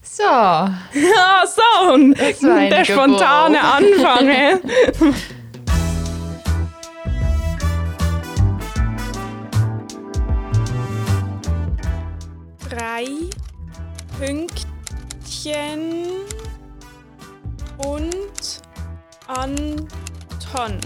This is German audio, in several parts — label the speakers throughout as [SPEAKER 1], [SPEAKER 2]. [SPEAKER 1] So, ja,
[SPEAKER 2] Ah, so, ein-
[SPEAKER 1] war ein
[SPEAKER 2] der spontane Anfang. hä?
[SPEAKER 3] drei Pünktchen und Anton.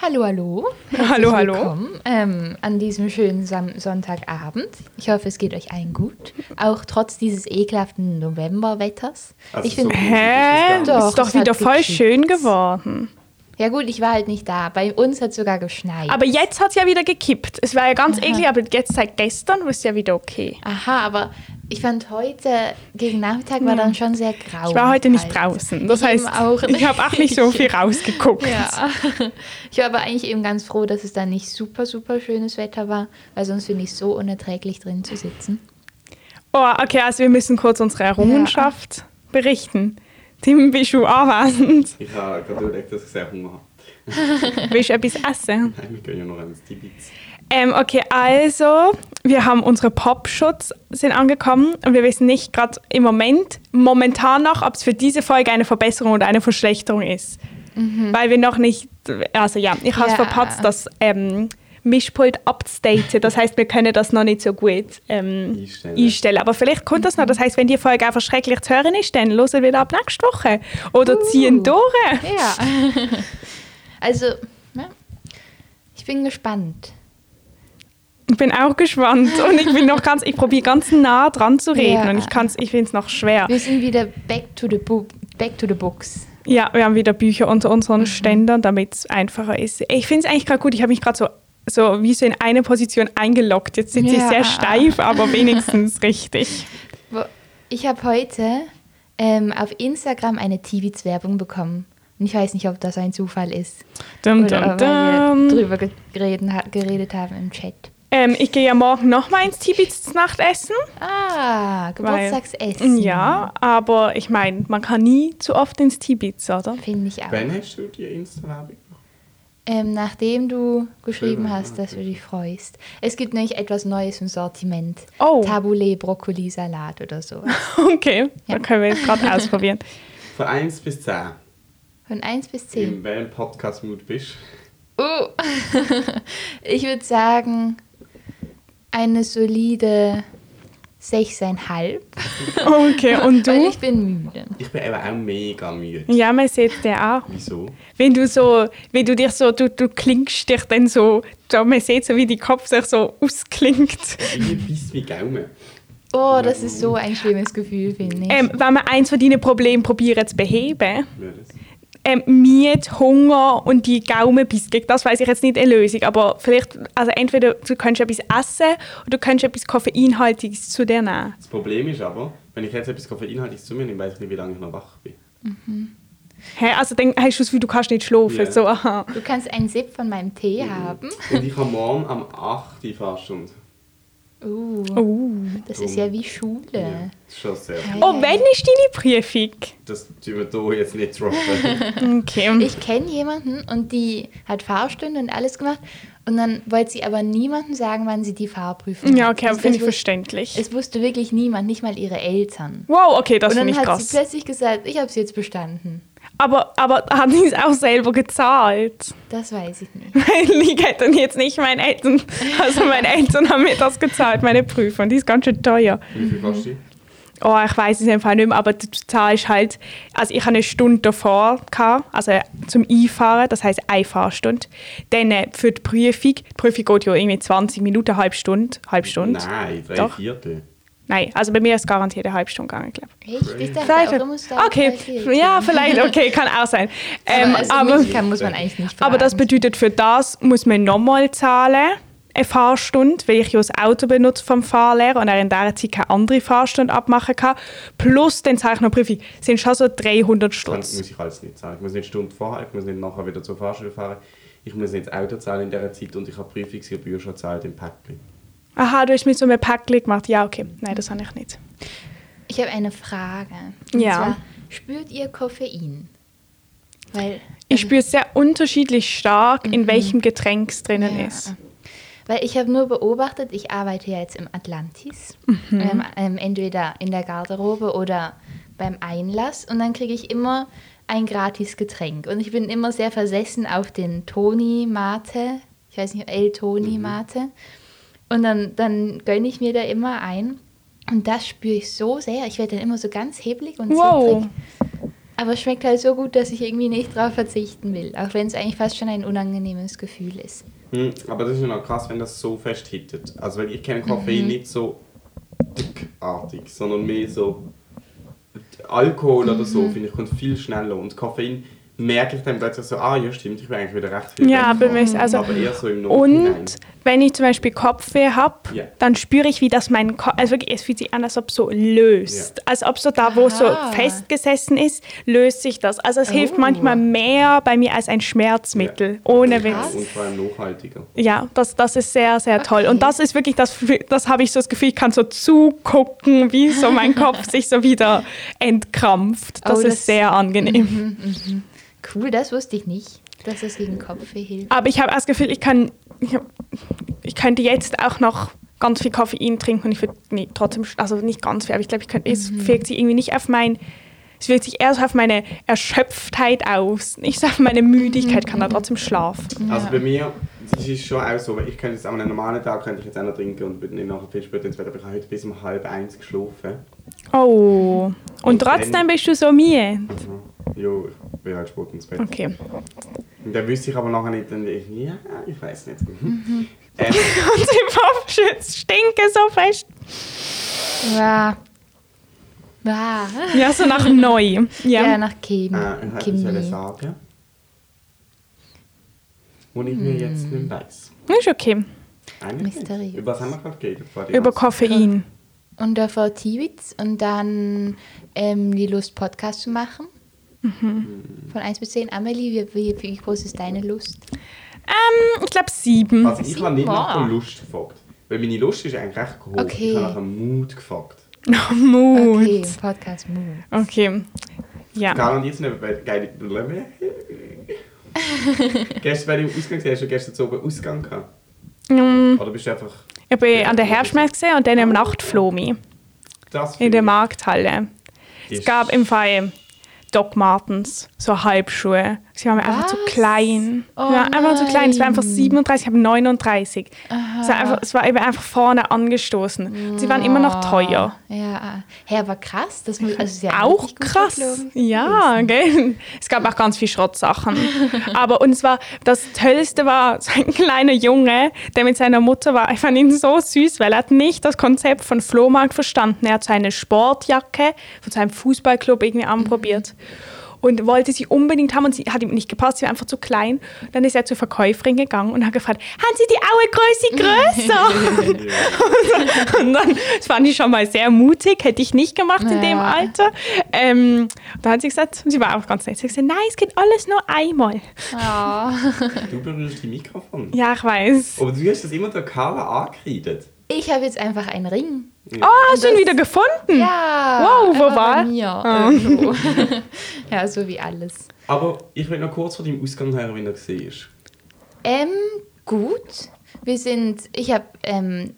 [SPEAKER 1] hallo, hallo.
[SPEAKER 2] Hallo,
[SPEAKER 1] Herzlich
[SPEAKER 2] hallo.
[SPEAKER 1] Willkommen ähm, an diesem schönen Sam Sonntagabend. Ich hoffe, es geht euch allen gut, auch trotz dieses ekelhaften Novemberwetters.
[SPEAKER 4] Also
[SPEAKER 1] ich finde,
[SPEAKER 4] so-
[SPEAKER 2] Hä?
[SPEAKER 4] Doch,
[SPEAKER 2] ist doch
[SPEAKER 1] es
[SPEAKER 2] wieder
[SPEAKER 1] hat
[SPEAKER 2] voll
[SPEAKER 1] geschieht.
[SPEAKER 2] schön geworden.
[SPEAKER 1] ja gut, ich war halt nicht da. Bei uns hat es sogar geschneit.
[SPEAKER 2] Aber jetzt hat es ja wieder gekippt. Es war ja ganz eklig, aber jetzt seit gestern war es ja wieder okay.
[SPEAKER 1] Aha, aber ich fand heute gegen Nachmittag war dann schon sehr grau.
[SPEAKER 2] Ich war heute nicht
[SPEAKER 1] kalt.
[SPEAKER 2] draußen. Das
[SPEAKER 1] Eben
[SPEAKER 2] heißt,
[SPEAKER 1] auch
[SPEAKER 2] ich habe auch nicht so viel rausgeguckt.
[SPEAKER 1] Ja. Ich war aber eigentlich eben ganz froh, dass es da nicht super, super schönes Wetter war, weil sonst finde ich es so unerträglich drin zu sitzen.
[SPEAKER 2] Oh, okay, also wir müssen kurz unsere Errungenschaft berichten. Tim, bist du anwesend?
[SPEAKER 4] Ich habe gerade überlegt, dass ich sehr Hunger habe.
[SPEAKER 2] Willst du etwas essen?
[SPEAKER 4] Nein, wir gehen ja noch eins Tibiz.
[SPEAKER 2] Ähm, okay, also wir haben unsere Popschutz sind angekommen und wir wissen nicht gerade im Moment, momentan noch, ob es für diese Folge eine Verbesserung oder eine Verschlechterung ist. Weil wir noch nicht, also ja, ich habe es
[SPEAKER 1] Ja.
[SPEAKER 2] verpatzt, das ähm, Mischpult updaten. Das heißt, wir können das noch nicht so gut ähm,
[SPEAKER 4] Einstellen.
[SPEAKER 2] einstellen. Aber vielleicht kommt das noch. Das heißt, wenn die Folge einfach schrecklich zu hören ist, dann hören wir ab nächste Woche. Oder ziehen durch.
[SPEAKER 1] Ja. Also, ja. ich bin gespannt.
[SPEAKER 2] Ich bin auch gespannt und ich bin noch ganz, ich probiere ganz nah dran zu reden
[SPEAKER 1] Ja.
[SPEAKER 2] und ich kann's, ich finde es noch schwer.
[SPEAKER 1] Wir sind wieder back to the, bo back to the books.
[SPEAKER 2] Ja, wir haben wieder Bücher unter unseren
[SPEAKER 1] Mhm.
[SPEAKER 2] Ständern, damit es einfacher ist. Ich finde es eigentlich gerade gut, ich habe mich gerade so, so wie so in eine Position eingeloggt. Jetzt sitze ich
[SPEAKER 1] Ja.
[SPEAKER 2] sehr steif, aber wenigstens richtig.
[SPEAKER 1] Wo- Ich habe heute ähm, auf Instagram eine Tivits-Werbung bekommen. Und ich weiß nicht, ob das ein Zufall ist.
[SPEAKER 2] Dum,
[SPEAKER 1] Oder
[SPEAKER 2] dum,
[SPEAKER 1] ob wir
[SPEAKER 2] dum.
[SPEAKER 1] drüber ge- gereden, ha- geredet haben im Chat.
[SPEAKER 2] Ähm, ich gehe ja morgen nochmal ins Tibits Nachtessen.
[SPEAKER 1] Ah,
[SPEAKER 2] weil-
[SPEAKER 1] Geburtstagsessen.
[SPEAKER 2] Ja, aber ich meine, man kann nie zu oft ins Tibits, oder?
[SPEAKER 1] Finde ich auch.
[SPEAKER 4] Wann hast du die Insta-Werbung gemacht?
[SPEAKER 1] Ähm, nachdem du geschrieben
[SPEAKER 4] Schön,
[SPEAKER 1] hast,
[SPEAKER 4] ja,
[SPEAKER 1] dass du
[SPEAKER 4] okay.
[SPEAKER 1] dich freust. Es gibt nämlich etwas Neues im Sortiment.
[SPEAKER 2] Oh.
[SPEAKER 1] Taboulet, Brokkoli, Salat oder so.
[SPEAKER 2] Okay,
[SPEAKER 1] Ja.
[SPEAKER 2] dann können wir jetzt gerade ausprobieren.
[SPEAKER 4] Von 1 bis 10.
[SPEAKER 1] Von 1 bis 10.
[SPEAKER 4] In welchem Podcast-Mood bist du?
[SPEAKER 1] Oh. ich würde sagen, eine solide 6,5.
[SPEAKER 2] Okay, und
[SPEAKER 1] Weil
[SPEAKER 2] du?
[SPEAKER 1] ich bin müde.
[SPEAKER 4] Ich bin eben auch mega müde.
[SPEAKER 2] Ja, man sieht den auch.
[SPEAKER 4] Wieso?
[SPEAKER 2] Wenn du so, wenn du dich so, du, du klingst dich dann so, da man sieht so, wie die Kopf sich so ausklingt.
[SPEAKER 4] Ich biss mich Gaumen.
[SPEAKER 1] Oh, das ist so ein schlimmes Gefühl, finde ich.
[SPEAKER 2] Ähm, wenn wir eins von deinen Problemen probieren zu beheben,
[SPEAKER 4] Welches?
[SPEAKER 2] ähm, Miet, Hunger und die Gaumenbiss, gegen das weiß ich jetzt nicht eine Lösung, aber vielleicht, also entweder du kannst etwas essen oder du kannst etwas Koffeinhaltiges zu dir nehmen.
[SPEAKER 4] Das Problem ist aber, wenn ich jetzt etwas Koffeinhaltiges zu mir nehme, weiß ich nicht, wie lange ich noch wach bin.
[SPEAKER 2] Hä? Also dann hast du das Gefühl, du kannst nicht schlafen.
[SPEAKER 4] Ja.
[SPEAKER 2] So, aha.
[SPEAKER 1] Du kannst einen Sip von meinem Tee
[SPEAKER 4] Mhm.
[SPEAKER 2] Hm?
[SPEAKER 1] haben.
[SPEAKER 4] Und ich habe morgen am 8. Uhr Fahrstunde.
[SPEAKER 1] Uh,
[SPEAKER 2] Oh.
[SPEAKER 1] das ist ja wie
[SPEAKER 4] Ja,
[SPEAKER 1] Schule.
[SPEAKER 4] das ist schon sehr.
[SPEAKER 2] Oh, wenn ist deine Prüfung?
[SPEAKER 4] Das tun wir hier jetzt nicht droppen.
[SPEAKER 2] Okay.
[SPEAKER 1] Ich kenne jemanden und die hat Fahrstunde und alles gemacht. Und dann wollte sie aber niemandem sagen, wann sie die Fahrprüfung
[SPEAKER 2] ja,
[SPEAKER 1] hat.
[SPEAKER 2] okay, aber
[SPEAKER 1] Es-
[SPEAKER 2] finde ich
[SPEAKER 1] es wus-
[SPEAKER 2] verständlich.
[SPEAKER 1] Es wusste wirklich niemand, nicht mal ihre Eltern.
[SPEAKER 2] Wow, okay, das
[SPEAKER 1] und
[SPEAKER 2] finde
[SPEAKER 1] dann
[SPEAKER 2] ich
[SPEAKER 1] hat
[SPEAKER 2] krass.
[SPEAKER 1] sie plötzlich gesagt, ich habe es jetzt bestanden.
[SPEAKER 2] Aber, aber haben die es auch selber gezahlt?
[SPEAKER 1] Das weiß ich nicht.
[SPEAKER 2] Weil ich hätte jetzt nicht meine Eltern. Also meine Eltern haben mir das gezahlt, meine Prüfung. Die ist ganz schön teuer.
[SPEAKER 4] Wie viel kostet die?
[SPEAKER 2] Oh, ich weiß es einfach nicht mehr, aber du zahlst halt. Also ich habe eine Stunde davor, gehabt, also zum Einfahren, das heißt eine Fahrstunde. Dann äh, für die Prüfung. Die Prüfung geht ja irgendwie 20 Minuten, eine halbe Stunde. Halbe Stunde.
[SPEAKER 4] Nein, drei
[SPEAKER 2] Doch.
[SPEAKER 4] Viertel.
[SPEAKER 2] Nein, also bei mir ist garantiert eine halbe Stunde gegangen, glaube ich.
[SPEAKER 1] Echt? Ich dachte auch,
[SPEAKER 2] Vielleicht,
[SPEAKER 1] du musst da
[SPEAKER 2] okay,
[SPEAKER 1] Aber
[SPEAKER 2] ja, vielleicht, okay, kann auch sein. Ähm,
[SPEAKER 1] also
[SPEAKER 2] aber,
[SPEAKER 1] Musik kann, muss man eigentlich nicht fragen.
[SPEAKER 2] Aber das bedeutet, für das muss man nochmal zahlen, eine Fahrstunde, weil ich ja das Auto benutze vom Fahrlehrer und er in dieser Zeit keine andere Fahrstunde abmachen kann. Plus dann zahle ich noch Prüfung. Das sind schon so 300
[SPEAKER 4] Dann
[SPEAKER 2] Stutz.
[SPEAKER 4] muss ich alles nicht zahlen. Ich muss nicht Stunden vorher, ich muss nicht nachher wieder zur Fahrschule fahren. Ich muss nicht das Auto zahlen in dieser Zeit und ich habe Prüfungsgebühr schon gezahlt im Päckchen.
[SPEAKER 2] Aha, du hast mit so einem Päckchen gemacht. Ja, okay. Nein, das habe ich nicht.
[SPEAKER 1] ich habe eine Frage. Und
[SPEAKER 2] Ja.
[SPEAKER 1] Zwar, spürt ihr Koffein? Weil,
[SPEAKER 2] Ich spüre sehr unterschiedlich stark, in welchem Getränk es drinnen
[SPEAKER 1] Ja.
[SPEAKER 2] ist.
[SPEAKER 1] weil ich habe nur beobachtet, ich arbeite ja jetzt im Atlantis,
[SPEAKER 2] Mhm.
[SPEAKER 1] ähm, ähm, entweder in der Garderobe oder beim Einlass und dann kriege ich immer ein gratis Getränk. Und ich bin immer sehr versessen auf den Toni Mate, ich weiß nicht, El Toni
[SPEAKER 2] Mhm.
[SPEAKER 1] Mate. Und dann, dann gönne ich mir da immer ein. Und das spüre ich so sehr. Ich werde dann immer so ganz hebelig und
[SPEAKER 2] Wow.
[SPEAKER 1] zittrig. Aber es schmeckt halt so gut, dass ich irgendwie nicht drauf verzichten will. Auch wenn es eigentlich fast schon ein unangenehmes Gefühl ist.
[SPEAKER 4] Hm, aber das ist ja noch krass, wenn das so fest hittet. Also weil ich kenne Koffein
[SPEAKER 2] Mhm.
[SPEAKER 4] nicht so dickartig, sondern mehr so Alkohol oder
[SPEAKER 2] Mhm.
[SPEAKER 4] so, finde ich, kommt viel schneller. Und Koffein merke ich dann plötzlich so, ah ja stimmt, ich bin eigentlich wieder recht viel
[SPEAKER 2] Ja,
[SPEAKER 4] weggekommen.
[SPEAKER 2] bei mir ist also-
[SPEAKER 4] Aber eher so im Nachhinein.
[SPEAKER 2] Und wenn ich zum Beispiel Kopfweh habe,
[SPEAKER 4] Ja.
[SPEAKER 2] dann spüre ich, wie das mein Kopf, also wirklich, es fühlt sich an, als ob es so löst. Als ob so da, wo es so
[SPEAKER 1] Aha.
[SPEAKER 2] festgesessen ist, löst sich das. Also es hilft
[SPEAKER 1] Oh.
[SPEAKER 2] manchmal mehr bei mir als ein Schmerzmittel,
[SPEAKER 4] Ja.
[SPEAKER 2] ohne
[SPEAKER 4] Ja,
[SPEAKER 2] Witz.
[SPEAKER 4] Und vor allem nachhaltiger.
[SPEAKER 2] Ja, das, das ist sehr, sehr toll.
[SPEAKER 1] Okay.
[SPEAKER 2] Und das ist wirklich, das, das habe ich so das Gefühl, ich kann so zugucken, wie so mein Kopf sich so wieder entkrampft. Das
[SPEAKER 1] Oh,
[SPEAKER 2] ist
[SPEAKER 1] das-
[SPEAKER 2] sehr angenehm.
[SPEAKER 1] Cool, das wusste ich nicht, dass das gegen Kopfweh hilft.
[SPEAKER 2] Aber ich habe das Gefühl, ich kann, ich, hab- ich könnte jetzt auch noch ganz viel Koffein trinken und ich würde nee, trotzdem, sch- also nicht ganz viel, aber ich glaube, ich könnte, es wirkt sich irgendwie nicht auf mein, es wirkt sich eher so auf meine Erschöpftheit aus, nicht so auf meine Müdigkeit, kann da trotzdem schlafen.
[SPEAKER 4] Also bei mir es ist schon auch so, weil ich könnte jetzt an einem normalen Tag könnte ich jetzt auch noch trinken und würde nicht nachher viel später ins Bett, aber ich habe heute bis um halb eins geschlafen.
[SPEAKER 2] Oh, und
[SPEAKER 4] Und wenn-
[SPEAKER 2] trotzdem bist du so müde.
[SPEAKER 4] Jo, ich bin halt spät ins Bett.
[SPEAKER 2] Okay.
[SPEAKER 4] Und dann wüsste ich aber nachher nicht, dann ich, ja, ich weiß nicht.
[SPEAKER 2] Und
[SPEAKER 4] ähm,
[SPEAKER 2] im Popschutz stinke so fest.
[SPEAKER 1] Ja. Ja.
[SPEAKER 2] Ja, so nach neu.
[SPEAKER 1] ja.
[SPEAKER 2] Ja.
[SPEAKER 1] nach Chemie.
[SPEAKER 4] äh, ich hätte sollen
[SPEAKER 1] Chemie.
[SPEAKER 4] sagen, wo ich mir jetzt nicht weiß.
[SPEAKER 2] Ist okay.
[SPEAKER 4] Eigentlich nicht.
[SPEAKER 1] Mysteriös.
[SPEAKER 4] Über was haben wir gerade geredet? Also, Vor dem
[SPEAKER 2] Über
[SPEAKER 4] ganzen-
[SPEAKER 2] Koffein.
[SPEAKER 1] Und davor Tiwitz und dann ähm, die Lust, Podcast zu machen. Mhm. Von 1 bis 10. Amelie, wie, wie, wie groß ist deine Lust?
[SPEAKER 2] Ähm, ich glaube sieben.
[SPEAKER 4] Also ich habe nicht nach der
[SPEAKER 1] Wow.
[SPEAKER 4] Lust gefragt. Weil meine Lust ist eigentlich recht hoch.
[SPEAKER 1] Okay.
[SPEAKER 4] Ich habe nach dem Mut gefragt.
[SPEAKER 2] Oh, Mut.
[SPEAKER 1] Okay, Podcast Moon.
[SPEAKER 2] Okay. Ja.
[SPEAKER 4] Karl und ich sind eben beide geile Blöme. gestern, wenn du im Ausgang hast du gestern so einen Ausgang gehabt?
[SPEAKER 2] Mm,
[SPEAKER 4] Oder bist du einfach
[SPEAKER 2] Ich bin an der Herbstmesse und dann im Nachtflomi
[SPEAKER 4] das?
[SPEAKER 2] in der Markthalle.
[SPEAKER 4] Die
[SPEAKER 2] Es gab im Fall Doc Martens, so Halbschuhe. Sie waren mir einfach zu
[SPEAKER 1] Was?
[SPEAKER 2] klein.
[SPEAKER 1] Oh
[SPEAKER 2] sie waren einfach zu klein. Es war einfach
[SPEAKER 1] nein.
[SPEAKER 2] 37, ich habe 39. Es war, einfach, es war eben einfach vorne angestoßen. Sie waren immer noch teuer.
[SPEAKER 1] Ja. Hä, aber krass. Das muss, also sie haben
[SPEAKER 2] Auch
[SPEAKER 1] richtig gut
[SPEAKER 2] krass.
[SPEAKER 1] geflogen.
[SPEAKER 2] Ja, gell? Es gab auch ganz viel Schrottsachen. Aber und zwar, das Tollste war so ein kleiner Junge, der mit seiner Mutter war. Ich fand ihn so süß, weil er hat nicht das Konzept von Flohmarkt verstanden. Er hat seine Sportjacke von seinem Fußballclub irgendwie anprobiert. Und wollte sie unbedingt haben und sie hat ihm nicht gepasst, sie war einfach zu klein. Dann ist er zur Verkäuferin gegangen und hat gefragt, haben Sie die Auegröße größer? Und dann, das fand ich schon mal sehr mutig, hätte ich nicht gemacht in dem
[SPEAKER 1] Ja.
[SPEAKER 2] Alter. Ähm, da hat sie gesagt, sie war auch ganz nett, sie hat gesagt, nein, es geht alles nur einmal.
[SPEAKER 1] Oh.
[SPEAKER 4] Du berührst die Mikrofon.
[SPEAKER 2] Ja, ich weiß.
[SPEAKER 4] Aber du hast das immer der Carla angekreidet.
[SPEAKER 1] Ich habe jetzt einfach einen Ring.
[SPEAKER 2] Oh, hast du ihn wieder
[SPEAKER 1] Hm.
[SPEAKER 2] gefunden?
[SPEAKER 1] Ja.
[SPEAKER 2] Wow, wo
[SPEAKER 1] einfach
[SPEAKER 2] war
[SPEAKER 1] bei
[SPEAKER 2] er?
[SPEAKER 1] mir irgendwo. ja, so wie alles.
[SPEAKER 4] Aber ich will noch kurz von deinem Ausgang hören, wie er gesehen ist.
[SPEAKER 1] Ähm, gut. Wir sind, ich habe ähm,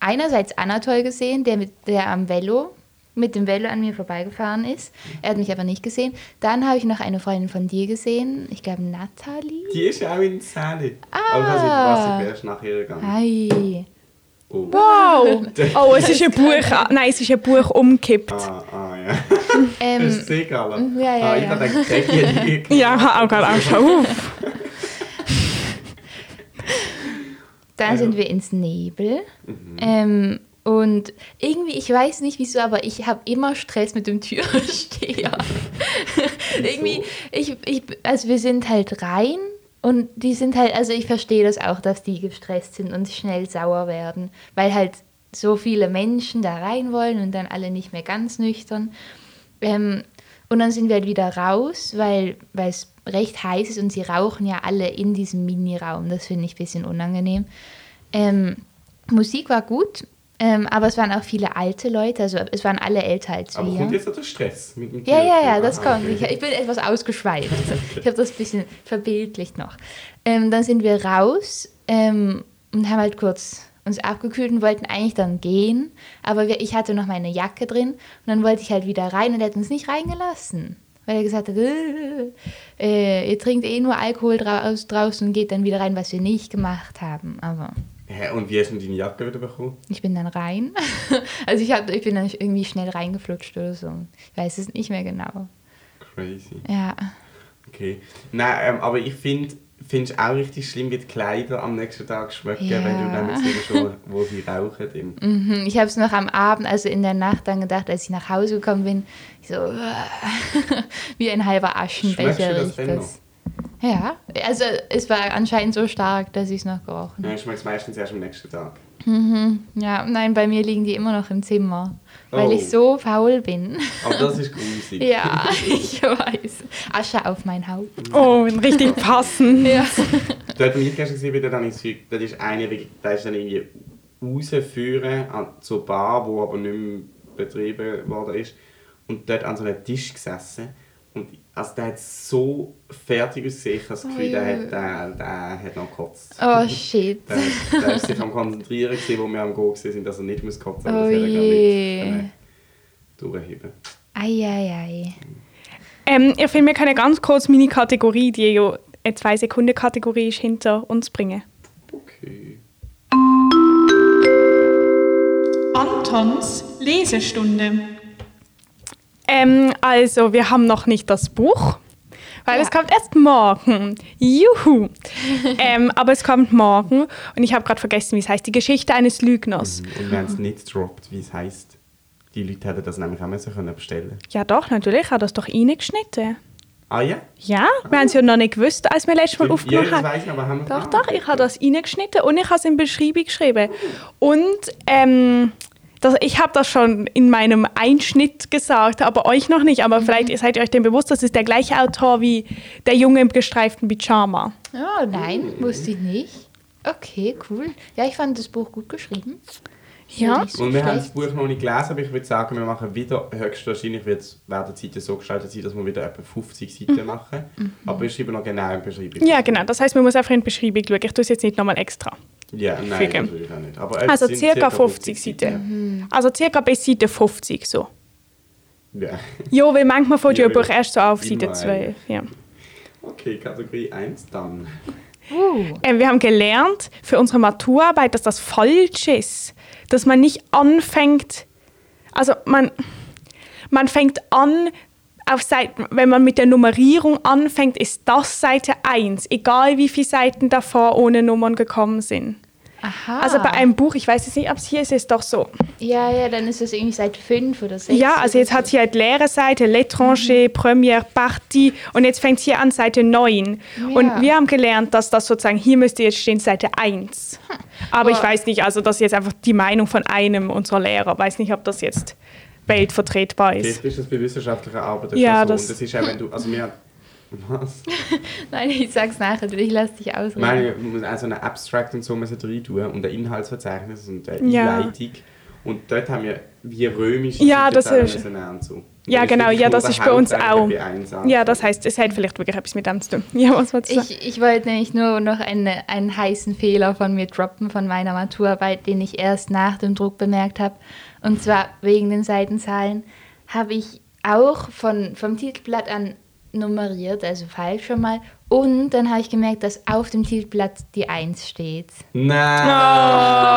[SPEAKER 1] einerseits Anatol gesehen, der, mit, der am Velo, mit dem Velo an mir vorbeigefahren ist. Er hat mich aber nicht gesehen. Dann habe ich noch eine Freundin von dir gesehen. Ich glaube, Nathalie.
[SPEAKER 4] Die ist ja auch in Sally. Aber ich weiß nicht,
[SPEAKER 1] Ah.
[SPEAKER 4] was ich wärst nachher gegangen.
[SPEAKER 1] Hi.
[SPEAKER 4] Oh.
[SPEAKER 2] Wow. Oh, es ist ein Buch, nein, es ist ein Buch umgekippt.
[SPEAKER 4] Ah, ah, ja. Hast du
[SPEAKER 1] Ähm,
[SPEAKER 4] gesehen, Carla?
[SPEAKER 1] ja, ja,
[SPEAKER 4] ah, ich
[SPEAKER 1] ja.
[SPEAKER 4] hab gedacht, die hätte ich gekriegt.
[SPEAKER 2] Ja, ich habe auch gerade Angst. Uff.
[SPEAKER 1] Dann sind wir ins Nebel. Ähm, und irgendwie, ich weiß nicht wieso, aber ich habe immer Stress mit dem Türsteher. irgendwie, ich, ich, also wir sind halt rein und die sind halt, also ich verstehe das auch, dass die gestresst sind und schnell sauer werden, weil halt so viele Menschen da rein wollen und dann alle nicht mehr ganz nüchtern. Ähm, und dann sind wir halt wieder raus, weil weil es recht heiß ist und sie rauchen ja alle in diesem Miniraum. Das finde ich ein bisschen unangenehm. Ähm, Musik war gut. Ähm, aber es waren auch viele alte Leute, also es waren alle älter als
[SPEAKER 4] Aber
[SPEAKER 1] wir.
[SPEAKER 4] kommt jetzt noch der Stress mit dem
[SPEAKER 1] Ja, ja,
[SPEAKER 4] Telefon?
[SPEAKER 1] ja, das
[SPEAKER 4] Ah,
[SPEAKER 1] kommt.
[SPEAKER 4] okay.
[SPEAKER 1] Ich, ich bin etwas ausgeschweift. Ich habe das ein bisschen verbildlicht noch. Ähm, dann sind wir raus ähm, und haben halt kurz uns abgekühlt und wollten eigentlich dann gehen. Aber wir, ich hatte noch meine Jacke drin und dann wollte ich halt wieder rein und er hat uns nicht reingelassen. Weil er gesagt hat, äh, äh, ihr trinkt eh nur Alkohol dra aus draußen und geht dann wieder rein, was wir nicht gemacht haben. Aber
[SPEAKER 4] Hä, und wie hast du denn deine Jacke wieder bekommen?
[SPEAKER 1] ich bin dann rein. also ich, hab, ich bin dann irgendwie schnell reingeflutscht oder so. Ich weiß es nicht mehr genau.
[SPEAKER 4] Crazy.
[SPEAKER 1] Ja.
[SPEAKER 4] Okay. Nein, ähm, aber ich finde, findest du auch richtig schlimm, wie die Kleider am nächsten Tag schmecken,
[SPEAKER 1] Ja.
[SPEAKER 4] wenn du dann siehst, wo, wo sie rauchen. Im.
[SPEAKER 1] Mhm, Ich habe es noch am Abend, also in der Nacht dann gedacht, als ich nach Hause gekommen bin, ich so wie ein halber
[SPEAKER 4] Schmeckst du
[SPEAKER 1] Aschenbecher
[SPEAKER 4] das
[SPEAKER 1] riecht
[SPEAKER 4] denn
[SPEAKER 1] das. Ja, also es war anscheinend so stark, dass ich es noch gerochen
[SPEAKER 4] Ja, ich schmecke es meistens erst am nächsten Tag.
[SPEAKER 1] habe. Ja, nein, bei mir liegen die immer noch im Zimmer, weil
[SPEAKER 4] Oh.
[SPEAKER 1] ich so faul bin.
[SPEAKER 4] Aber das ist grusig.
[SPEAKER 1] ja, ich weiß. Asche auf mein Haupt.
[SPEAKER 2] Oh, richtig passend.
[SPEAKER 1] Ja.
[SPEAKER 4] Dort, wo ich gestern gesehen bin, dann ist, dort ist einer, wirklich- der ist dann irgendwie rausgeführt an, zur Bar, wo aber nicht mehr betrieben worden ist. Und dort an so einem Tisch gesessen. Und also der hat so fertig ausgesehen, ich habe das Gefühl, der, hat, der, der hat noch gekotzt.
[SPEAKER 1] Oh shit.
[SPEAKER 4] Der, der ist sich am Konzentrieren, gewesen, wo wir am Go waren, dass er nicht muss kotzen
[SPEAKER 1] Oh
[SPEAKER 4] das hätte er gar
[SPEAKER 1] je.
[SPEAKER 4] nicht können durchheben
[SPEAKER 1] Eieiei.
[SPEAKER 2] Ähm, ich finde, wir können ganz kurz meine Kategorie, die ja eine Zwei-Sekunden-Kategorie ist, hinter uns bringen.
[SPEAKER 4] Okay.
[SPEAKER 3] Antons Lesestunde.
[SPEAKER 2] Ähm, also, wir haben noch nicht das Buch, weil
[SPEAKER 1] Ja.
[SPEAKER 2] es kommt erst morgen. Juhu! ähm, aber es kommt morgen und ich habe gerade vergessen, wie es heißt. Die Geschichte eines Lügners.
[SPEAKER 4] Und wir haben es nicht gedroppt, wie es heisst. Die Leute hätten das nämlich auch müssen können bestellen
[SPEAKER 2] Ja, doch, natürlich hat er es doch reingeschnitten.
[SPEAKER 4] Ah ja?
[SPEAKER 2] Ja, wir haben es ja noch nicht gewusst, als wir letztes Mal
[SPEAKER 4] ja,
[SPEAKER 2] aufgenommen
[SPEAKER 4] das
[SPEAKER 2] haben.
[SPEAKER 4] weiss ich, aber haben wir
[SPEAKER 2] Doch, doch, ich habe das reingeschnitten und ich habe es in die Beschreibung geschrieben. Und ähm, das, ich habe das schon in meinem Einschnitt gesagt, aber euch noch nicht. Aber vielleicht seid ihr euch dem bewusst, das ist der gleiche Autor wie der Junge im gestreiften Pyjama.
[SPEAKER 1] Oh nein, wusste ich nicht. Okay, cool. Ja, ich fand das Buch gut geschrieben.
[SPEAKER 2] Ja.
[SPEAKER 1] Nicht so
[SPEAKER 4] Und wir haben das
[SPEAKER 1] schlecht.
[SPEAKER 4] Buch noch nicht gelesen, aber ich würde sagen, wir machen wieder, höchstwahrscheinlich wird's, werden die Seiten so gestaltet sein, dass wir wieder etwa 50 Seiten machen. Aber ich schreibe noch genau in die Beschreibung.
[SPEAKER 2] Mhm. Ja, genau. Das heißt, man muss einfach in die Beschreibung schauen. Ich tue es jetzt nicht nochmal extra.
[SPEAKER 4] Ja, nein,
[SPEAKER 2] Fügen.
[SPEAKER 4] natürlich auch nicht. Aber es
[SPEAKER 2] Also
[SPEAKER 4] sind
[SPEAKER 2] circa 50 Seiten. Also circa bis Seite 50 so.
[SPEAKER 4] Ja. Ja.
[SPEAKER 2] Jo, weil manchmal fällt ja
[SPEAKER 4] Ja,
[SPEAKER 2] ein Buch
[SPEAKER 4] weil-
[SPEAKER 2] erst so auf Seite
[SPEAKER 4] immer
[SPEAKER 2] 12. Ja.
[SPEAKER 4] Okay, Kategorie 1 dann.
[SPEAKER 1] Uh,
[SPEAKER 2] Ähm, wir haben gelernt für unsere Maturarbeit, dass das falsch ist. Dass man nicht anfängt, also man, man fängt an, auf Seiten, wenn man mit der Nummerierung anfängt, ist das Seite 1, egal wie viele Seiten davor ohne Nummern gekommen sind.
[SPEAKER 1] aha.
[SPEAKER 2] Also bei einem Buch, ich weiß jetzt nicht, ob es hier ist, ist doch so.
[SPEAKER 1] Ah, Ja, ja, dann ist das irgendwie seit fünf oder sechs.
[SPEAKER 2] Ja, also
[SPEAKER 1] oder
[SPEAKER 2] jetzt
[SPEAKER 1] so. Mhm.
[SPEAKER 2] hat sie halt leere Seite, L'étranger, Première Partie und jetzt fängt sie an Seite 9.
[SPEAKER 1] Ja.
[SPEAKER 2] Und wir haben gelernt, dass das sozusagen, hier müsste jetzt stehen Seite 1. Aber ich
[SPEAKER 1] Hm. Boah.
[SPEAKER 2] weiß nicht, also das ist jetzt einfach die Meinung von einem unserer Lehrer. Weiß nicht, ob das jetzt weltvertretbar ist.
[SPEAKER 4] Vielleicht ist das bei wissenschaftlicher Arbeit schon
[SPEAKER 2] Ja,
[SPEAKER 4] so.
[SPEAKER 2] das-
[SPEAKER 4] Und das ist auch, wenn du, also wir, was?
[SPEAKER 1] Nein, ich sag's nachher, ich lass dich
[SPEAKER 4] Ich
[SPEAKER 1] ausreden.
[SPEAKER 4] meine, man muss auch so einen Abstract und so muss rein tun und ein Inhaltsverzeichnis und eine
[SPEAKER 2] Ja.
[SPEAKER 4] Einleitung. Und dort haben wir wie römische
[SPEAKER 2] Ja,
[SPEAKER 4] Seiten
[SPEAKER 2] das
[SPEAKER 4] zusammen
[SPEAKER 2] ist-
[SPEAKER 4] müssen nehmen, so.
[SPEAKER 2] Ja,
[SPEAKER 4] Dann ist
[SPEAKER 2] genau,
[SPEAKER 4] wirklich
[SPEAKER 2] ja,
[SPEAKER 4] nur
[SPEAKER 2] das
[SPEAKER 4] der
[SPEAKER 2] ist bei uns
[SPEAKER 4] Hauptteil
[SPEAKER 2] auch.
[SPEAKER 4] wie eins
[SPEAKER 2] Ja,
[SPEAKER 4] anfängt.
[SPEAKER 2] das heißt, es hat vielleicht wirklich etwas mit dem zu tun. Ja, was wolltest du sagen?
[SPEAKER 1] ich, ich wollte nämlich nur noch eine, einen heißen Fehler von mir droppen von meiner Maturarbeit, den ich erst nach dem Druck bemerkt habe. Und zwar wegen den Seitenzahlen habe ich auch von, vom Titelblatt an nummeriert, also falsch schon mal. Und dann habe ich gemerkt, dass auf dem Titelblatt die 1 steht.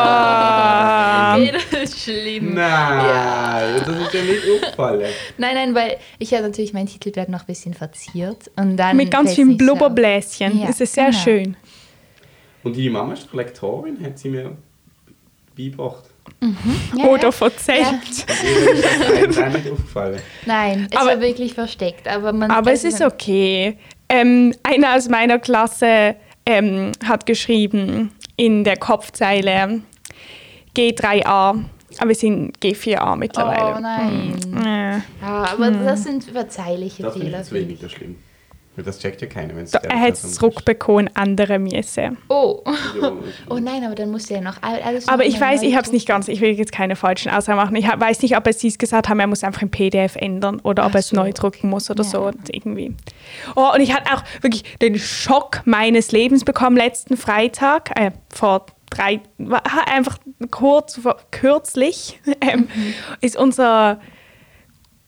[SPEAKER 4] Nein!
[SPEAKER 2] Ähm,
[SPEAKER 1] Okay, das ist
[SPEAKER 2] Oh.
[SPEAKER 1] schlimm.
[SPEAKER 4] Nein! Das ist ja nicht aufgefallen.
[SPEAKER 1] Nein, nein, weil ich habe natürlich mein Titelblatt noch ein bisschen verziert und dann
[SPEAKER 2] Mit ganz
[SPEAKER 1] fällt's
[SPEAKER 2] vielen
[SPEAKER 1] nicht so auf.
[SPEAKER 2] Blubberbläschen.
[SPEAKER 1] Ja,
[SPEAKER 2] Es ist sehr
[SPEAKER 1] genau.
[SPEAKER 2] schön.
[SPEAKER 4] Und deine Mama ist doch Lektorin, hat sie mir beigebracht.
[SPEAKER 1] Ja,
[SPEAKER 2] Oder
[SPEAKER 1] ja.
[SPEAKER 2] verzählt.
[SPEAKER 4] Mir ist das auch nicht aufgefallen.
[SPEAKER 1] Nein, es
[SPEAKER 2] Aber-
[SPEAKER 1] war wirklich versteckt, aber man
[SPEAKER 2] Aber es
[SPEAKER 1] also
[SPEAKER 2] ist
[SPEAKER 1] man-
[SPEAKER 2] okay. Ähm, einer aus meiner Klasse ähm, hat geschrieben in der Kopfzeile G3a, aber wir sind G4a mittlerweile. Hm.
[SPEAKER 1] Oh nein.
[SPEAKER 2] Äh.
[SPEAKER 1] Ja, aber das sind verzeihliche
[SPEAKER 4] Das finde
[SPEAKER 1] Fehler.
[SPEAKER 4] ich zu wenig, das ist schlimm. Weil Das checkt ja keiner, wenn es
[SPEAKER 2] Da, er hat es zurückbekommen, andere Miese.
[SPEAKER 1] Oh.
[SPEAKER 4] Ja.
[SPEAKER 1] oh nein, aber dann musst du ja noch all- alles.
[SPEAKER 2] Aber
[SPEAKER 1] noch
[SPEAKER 2] ich
[SPEAKER 1] mal
[SPEAKER 2] weiß,
[SPEAKER 1] neu
[SPEAKER 2] ich habe es nicht
[SPEAKER 1] drucken.
[SPEAKER 2] ganz, ich will jetzt keine falschen Aussagen machen. Ich hab, weiß nicht, ob es sie es gesagt haben, er muss einfach ein PDF ändern oder ob
[SPEAKER 1] Ach
[SPEAKER 2] er es
[SPEAKER 1] so.
[SPEAKER 2] neu drucken muss oder so
[SPEAKER 1] Ja.
[SPEAKER 2] und irgendwie. Oh, und ich hatte auch wirklich den Schock meines Lebens bekommen letzten Freitag, äh, vor drei, war einfach kurz, vor, kürzlich,
[SPEAKER 1] Mhm.
[SPEAKER 2] ähm, ist unser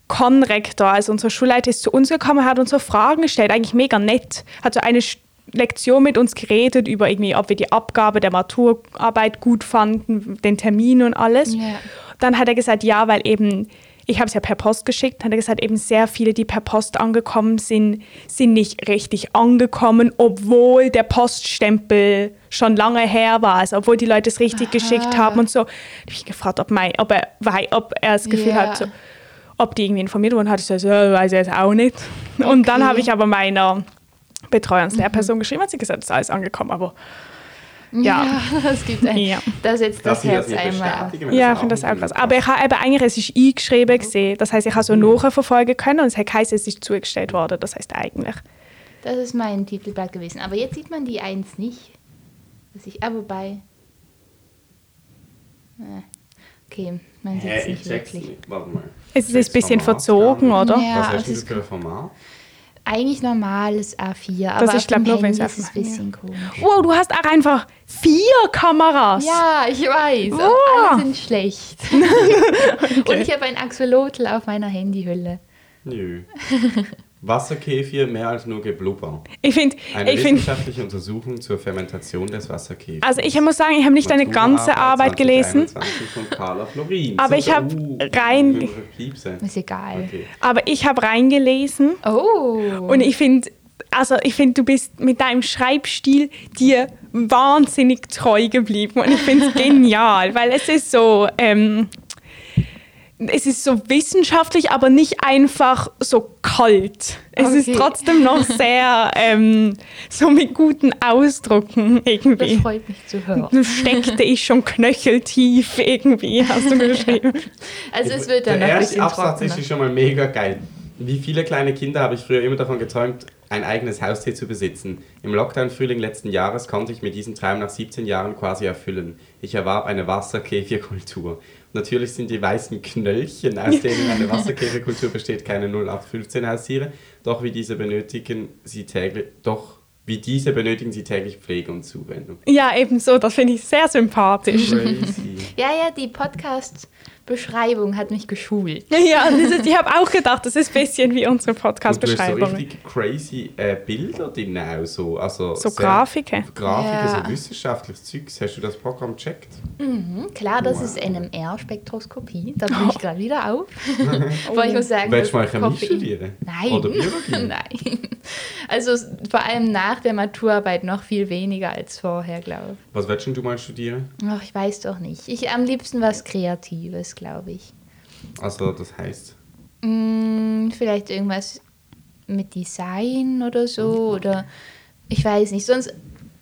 [SPEAKER 2] Konrektor, also unser Schulleiter, ist zu uns gekommen, hat uns so Fragen gestellt, eigentlich mega nett. Hat so eine Sch- Lektion mit uns geredet über irgendwie, ob wir die Abgabe der Maturarbeit gut fanden, den Termin und alles.
[SPEAKER 1] Ja.
[SPEAKER 2] Dann hat er gesagt, ja, weil eben, ich habe es ja per Post geschickt, hat er gesagt, eben sehr viele, die per Post angekommen sind, sind nicht richtig angekommen, obwohl der Poststempel schon lange her war, also obwohl die Leute es richtig geschickt haben und so. Da habe ich gefragt, ob, mein, ob, er, wei- ob er das Gefühl
[SPEAKER 1] Ja.
[SPEAKER 2] hat, so, ob die irgendwie informiert wurden, hatte ich gesagt, ja, weiß ich jetzt auch nicht. Und dann habe ich aber meiner Betreuungslehrperson geschrieben, hat sie gesagt, es ist alles angekommen, aber ja.
[SPEAKER 1] Mhm. Ja, es gibt ein.
[SPEAKER 2] Ja.
[SPEAKER 1] Da setzt das
[SPEAKER 4] Dass sie das
[SPEAKER 1] Herz
[SPEAKER 4] nicht
[SPEAKER 1] einmal auf.
[SPEAKER 4] bestätigen. wenn
[SPEAKER 2] Ja, ich
[SPEAKER 4] auch
[SPEAKER 2] finde das auch
[SPEAKER 4] nicht
[SPEAKER 2] krass. Aber ich habe eben eigentlich, es ist eingeschrieben gesehen. Das heißt, ich habe so nachverfolgen können und es hat geheißen, es ist zugestellt worden. Das heißt eigentlich.
[SPEAKER 1] Das ist mein Titelblatt gewesen. Aber jetzt sieht man die Eins nicht. Was ich, ah, wobei. Äh, Okay, man sieht es
[SPEAKER 4] Hä, ich
[SPEAKER 1] nicht
[SPEAKER 4] check's
[SPEAKER 1] wirklich.
[SPEAKER 4] nicht. Warte mal.
[SPEAKER 2] Es ist ein
[SPEAKER 4] Check's
[SPEAKER 2] bisschen
[SPEAKER 4] Format
[SPEAKER 2] verzogen,
[SPEAKER 4] gar nicht.
[SPEAKER 2] oder?
[SPEAKER 1] Ja,
[SPEAKER 4] Was
[SPEAKER 1] es
[SPEAKER 4] hast du denn
[SPEAKER 1] ist
[SPEAKER 4] für ein Format?
[SPEAKER 1] Eigentlich normales A4, aber
[SPEAKER 2] Das
[SPEAKER 1] auf
[SPEAKER 2] ist, glaub,
[SPEAKER 1] dem
[SPEAKER 2] nur, wenn
[SPEAKER 1] Handy ist es
[SPEAKER 2] es
[SPEAKER 1] ein
[SPEAKER 2] aufmachen, ja.
[SPEAKER 1] bisschen komisch.
[SPEAKER 2] Wow, du hast auch einfach vier Kameras.
[SPEAKER 1] Ja, ich weiß. aber
[SPEAKER 2] Wow.
[SPEAKER 1] Alle sind schlecht. Und ich habe ein Axolotl auf meiner Handyhülle.
[SPEAKER 4] Nö. Wasserkäfir mehr als nur Geblubber.
[SPEAKER 2] Ich finde,
[SPEAKER 4] Eine
[SPEAKER 2] ich finde.
[SPEAKER 4] wissenschaftliche Untersuchung zur Fermentation des Wasserkäfers.
[SPEAKER 2] Also ich muss sagen, ich habe nicht deine ganze Arbeit gelesen,
[SPEAKER 4] 2021 Von Carla Florin. uh,
[SPEAKER 2] Aber ich hab rein-
[SPEAKER 1] Ist egal.
[SPEAKER 4] Okay.
[SPEAKER 2] aber ich habe reingelesen
[SPEAKER 1] Oh.
[SPEAKER 2] und ich finde, also ich finde, du bist mit deinem Schreibstil dir wahnsinnig treu geblieben und ich finde es genial, weil es ist so, ähm, es ist so wissenschaftlich, aber nicht einfach so kalt. Es ist
[SPEAKER 1] Okay.
[SPEAKER 2] trotzdem noch sehr ähm, so mit guten Ausdrucken
[SPEAKER 1] das
[SPEAKER 2] irgendwie.
[SPEAKER 1] freut mich zu hören.
[SPEAKER 2] Nun steckte ich schon knöcheltief irgendwie, hast du geschrieben.
[SPEAKER 1] Also es wird dann noch
[SPEAKER 4] Der
[SPEAKER 1] ein
[SPEAKER 4] erste
[SPEAKER 1] bisschen
[SPEAKER 4] Absatz
[SPEAKER 1] trockener.
[SPEAKER 4] ist ne? schon mal mega geil. Wie viele kleine Kinder habe ich früher immer davon geträumt, ein eigenes Haustier zu besitzen. Im Lockdown-Frühling letzten Jahres konnte ich mir diesen Traum nach 17 Jahren quasi erfüllen. Ich erwarb eine Wasserkäferkultur. Natürlich sind die weißen Knöllchen, aus denen eine Wasserkäferkultur besteht, keine 0815-Haustiere, doch wie diese benötigen sie täglich, doch wie diese benötigen sie täglich Pflege und Zuwendung.
[SPEAKER 2] Ja, ebenso, das finde ich sehr sympathisch.
[SPEAKER 4] Crazy.
[SPEAKER 1] Ja, ja, die Podcast-Beschreibung hat mich geschult.
[SPEAKER 2] Ja, das ist, ich habe auch gedacht, das ist ein bisschen wie unsere
[SPEAKER 4] Und du hast so
[SPEAKER 2] Podcast-Beschreibung.
[SPEAKER 4] richtig crazy äh, Bilder drin auch so. Also
[SPEAKER 2] So
[SPEAKER 4] sehr-
[SPEAKER 2] Grafiken.
[SPEAKER 4] Grafiken,
[SPEAKER 1] Ja.
[SPEAKER 4] so wissenschaftliches Zeugs. Hast du das Programm gecheckt?
[SPEAKER 1] Hm, Klar, das
[SPEAKER 4] Wow.
[SPEAKER 1] ist NMR-Spektroskopie. Da
[SPEAKER 2] Oh.
[SPEAKER 1] bin ich gerade wieder auf. Weil ich muss sagen,
[SPEAKER 4] Willst du mal
[SPEAKER 1] das
[SPEAKER 4] Chemie
[SPEAKER 1] Koffein-
[SPEAKER 4] studieren?
[SPEAKER 1] Nein.
[SPEAKER 4] Oder Biologie?
[SPEAKER 1] Nein. Also s- vor allem nach der Maturarbeit noch viel weniger als vorher, glaube ich.
[SPEAKER 4] Was willst denn du mal studieren?
[SPEAKER 1] Ach, ich weiß doch nicht. Ich am liebsten was Kreatives, glaube ich.
[SPEAKER 4] Also das heißt,
[SPEAKER 1] Hm, vielleicht irgendwas mit Design oder so oder ich weiß nicht. Sonst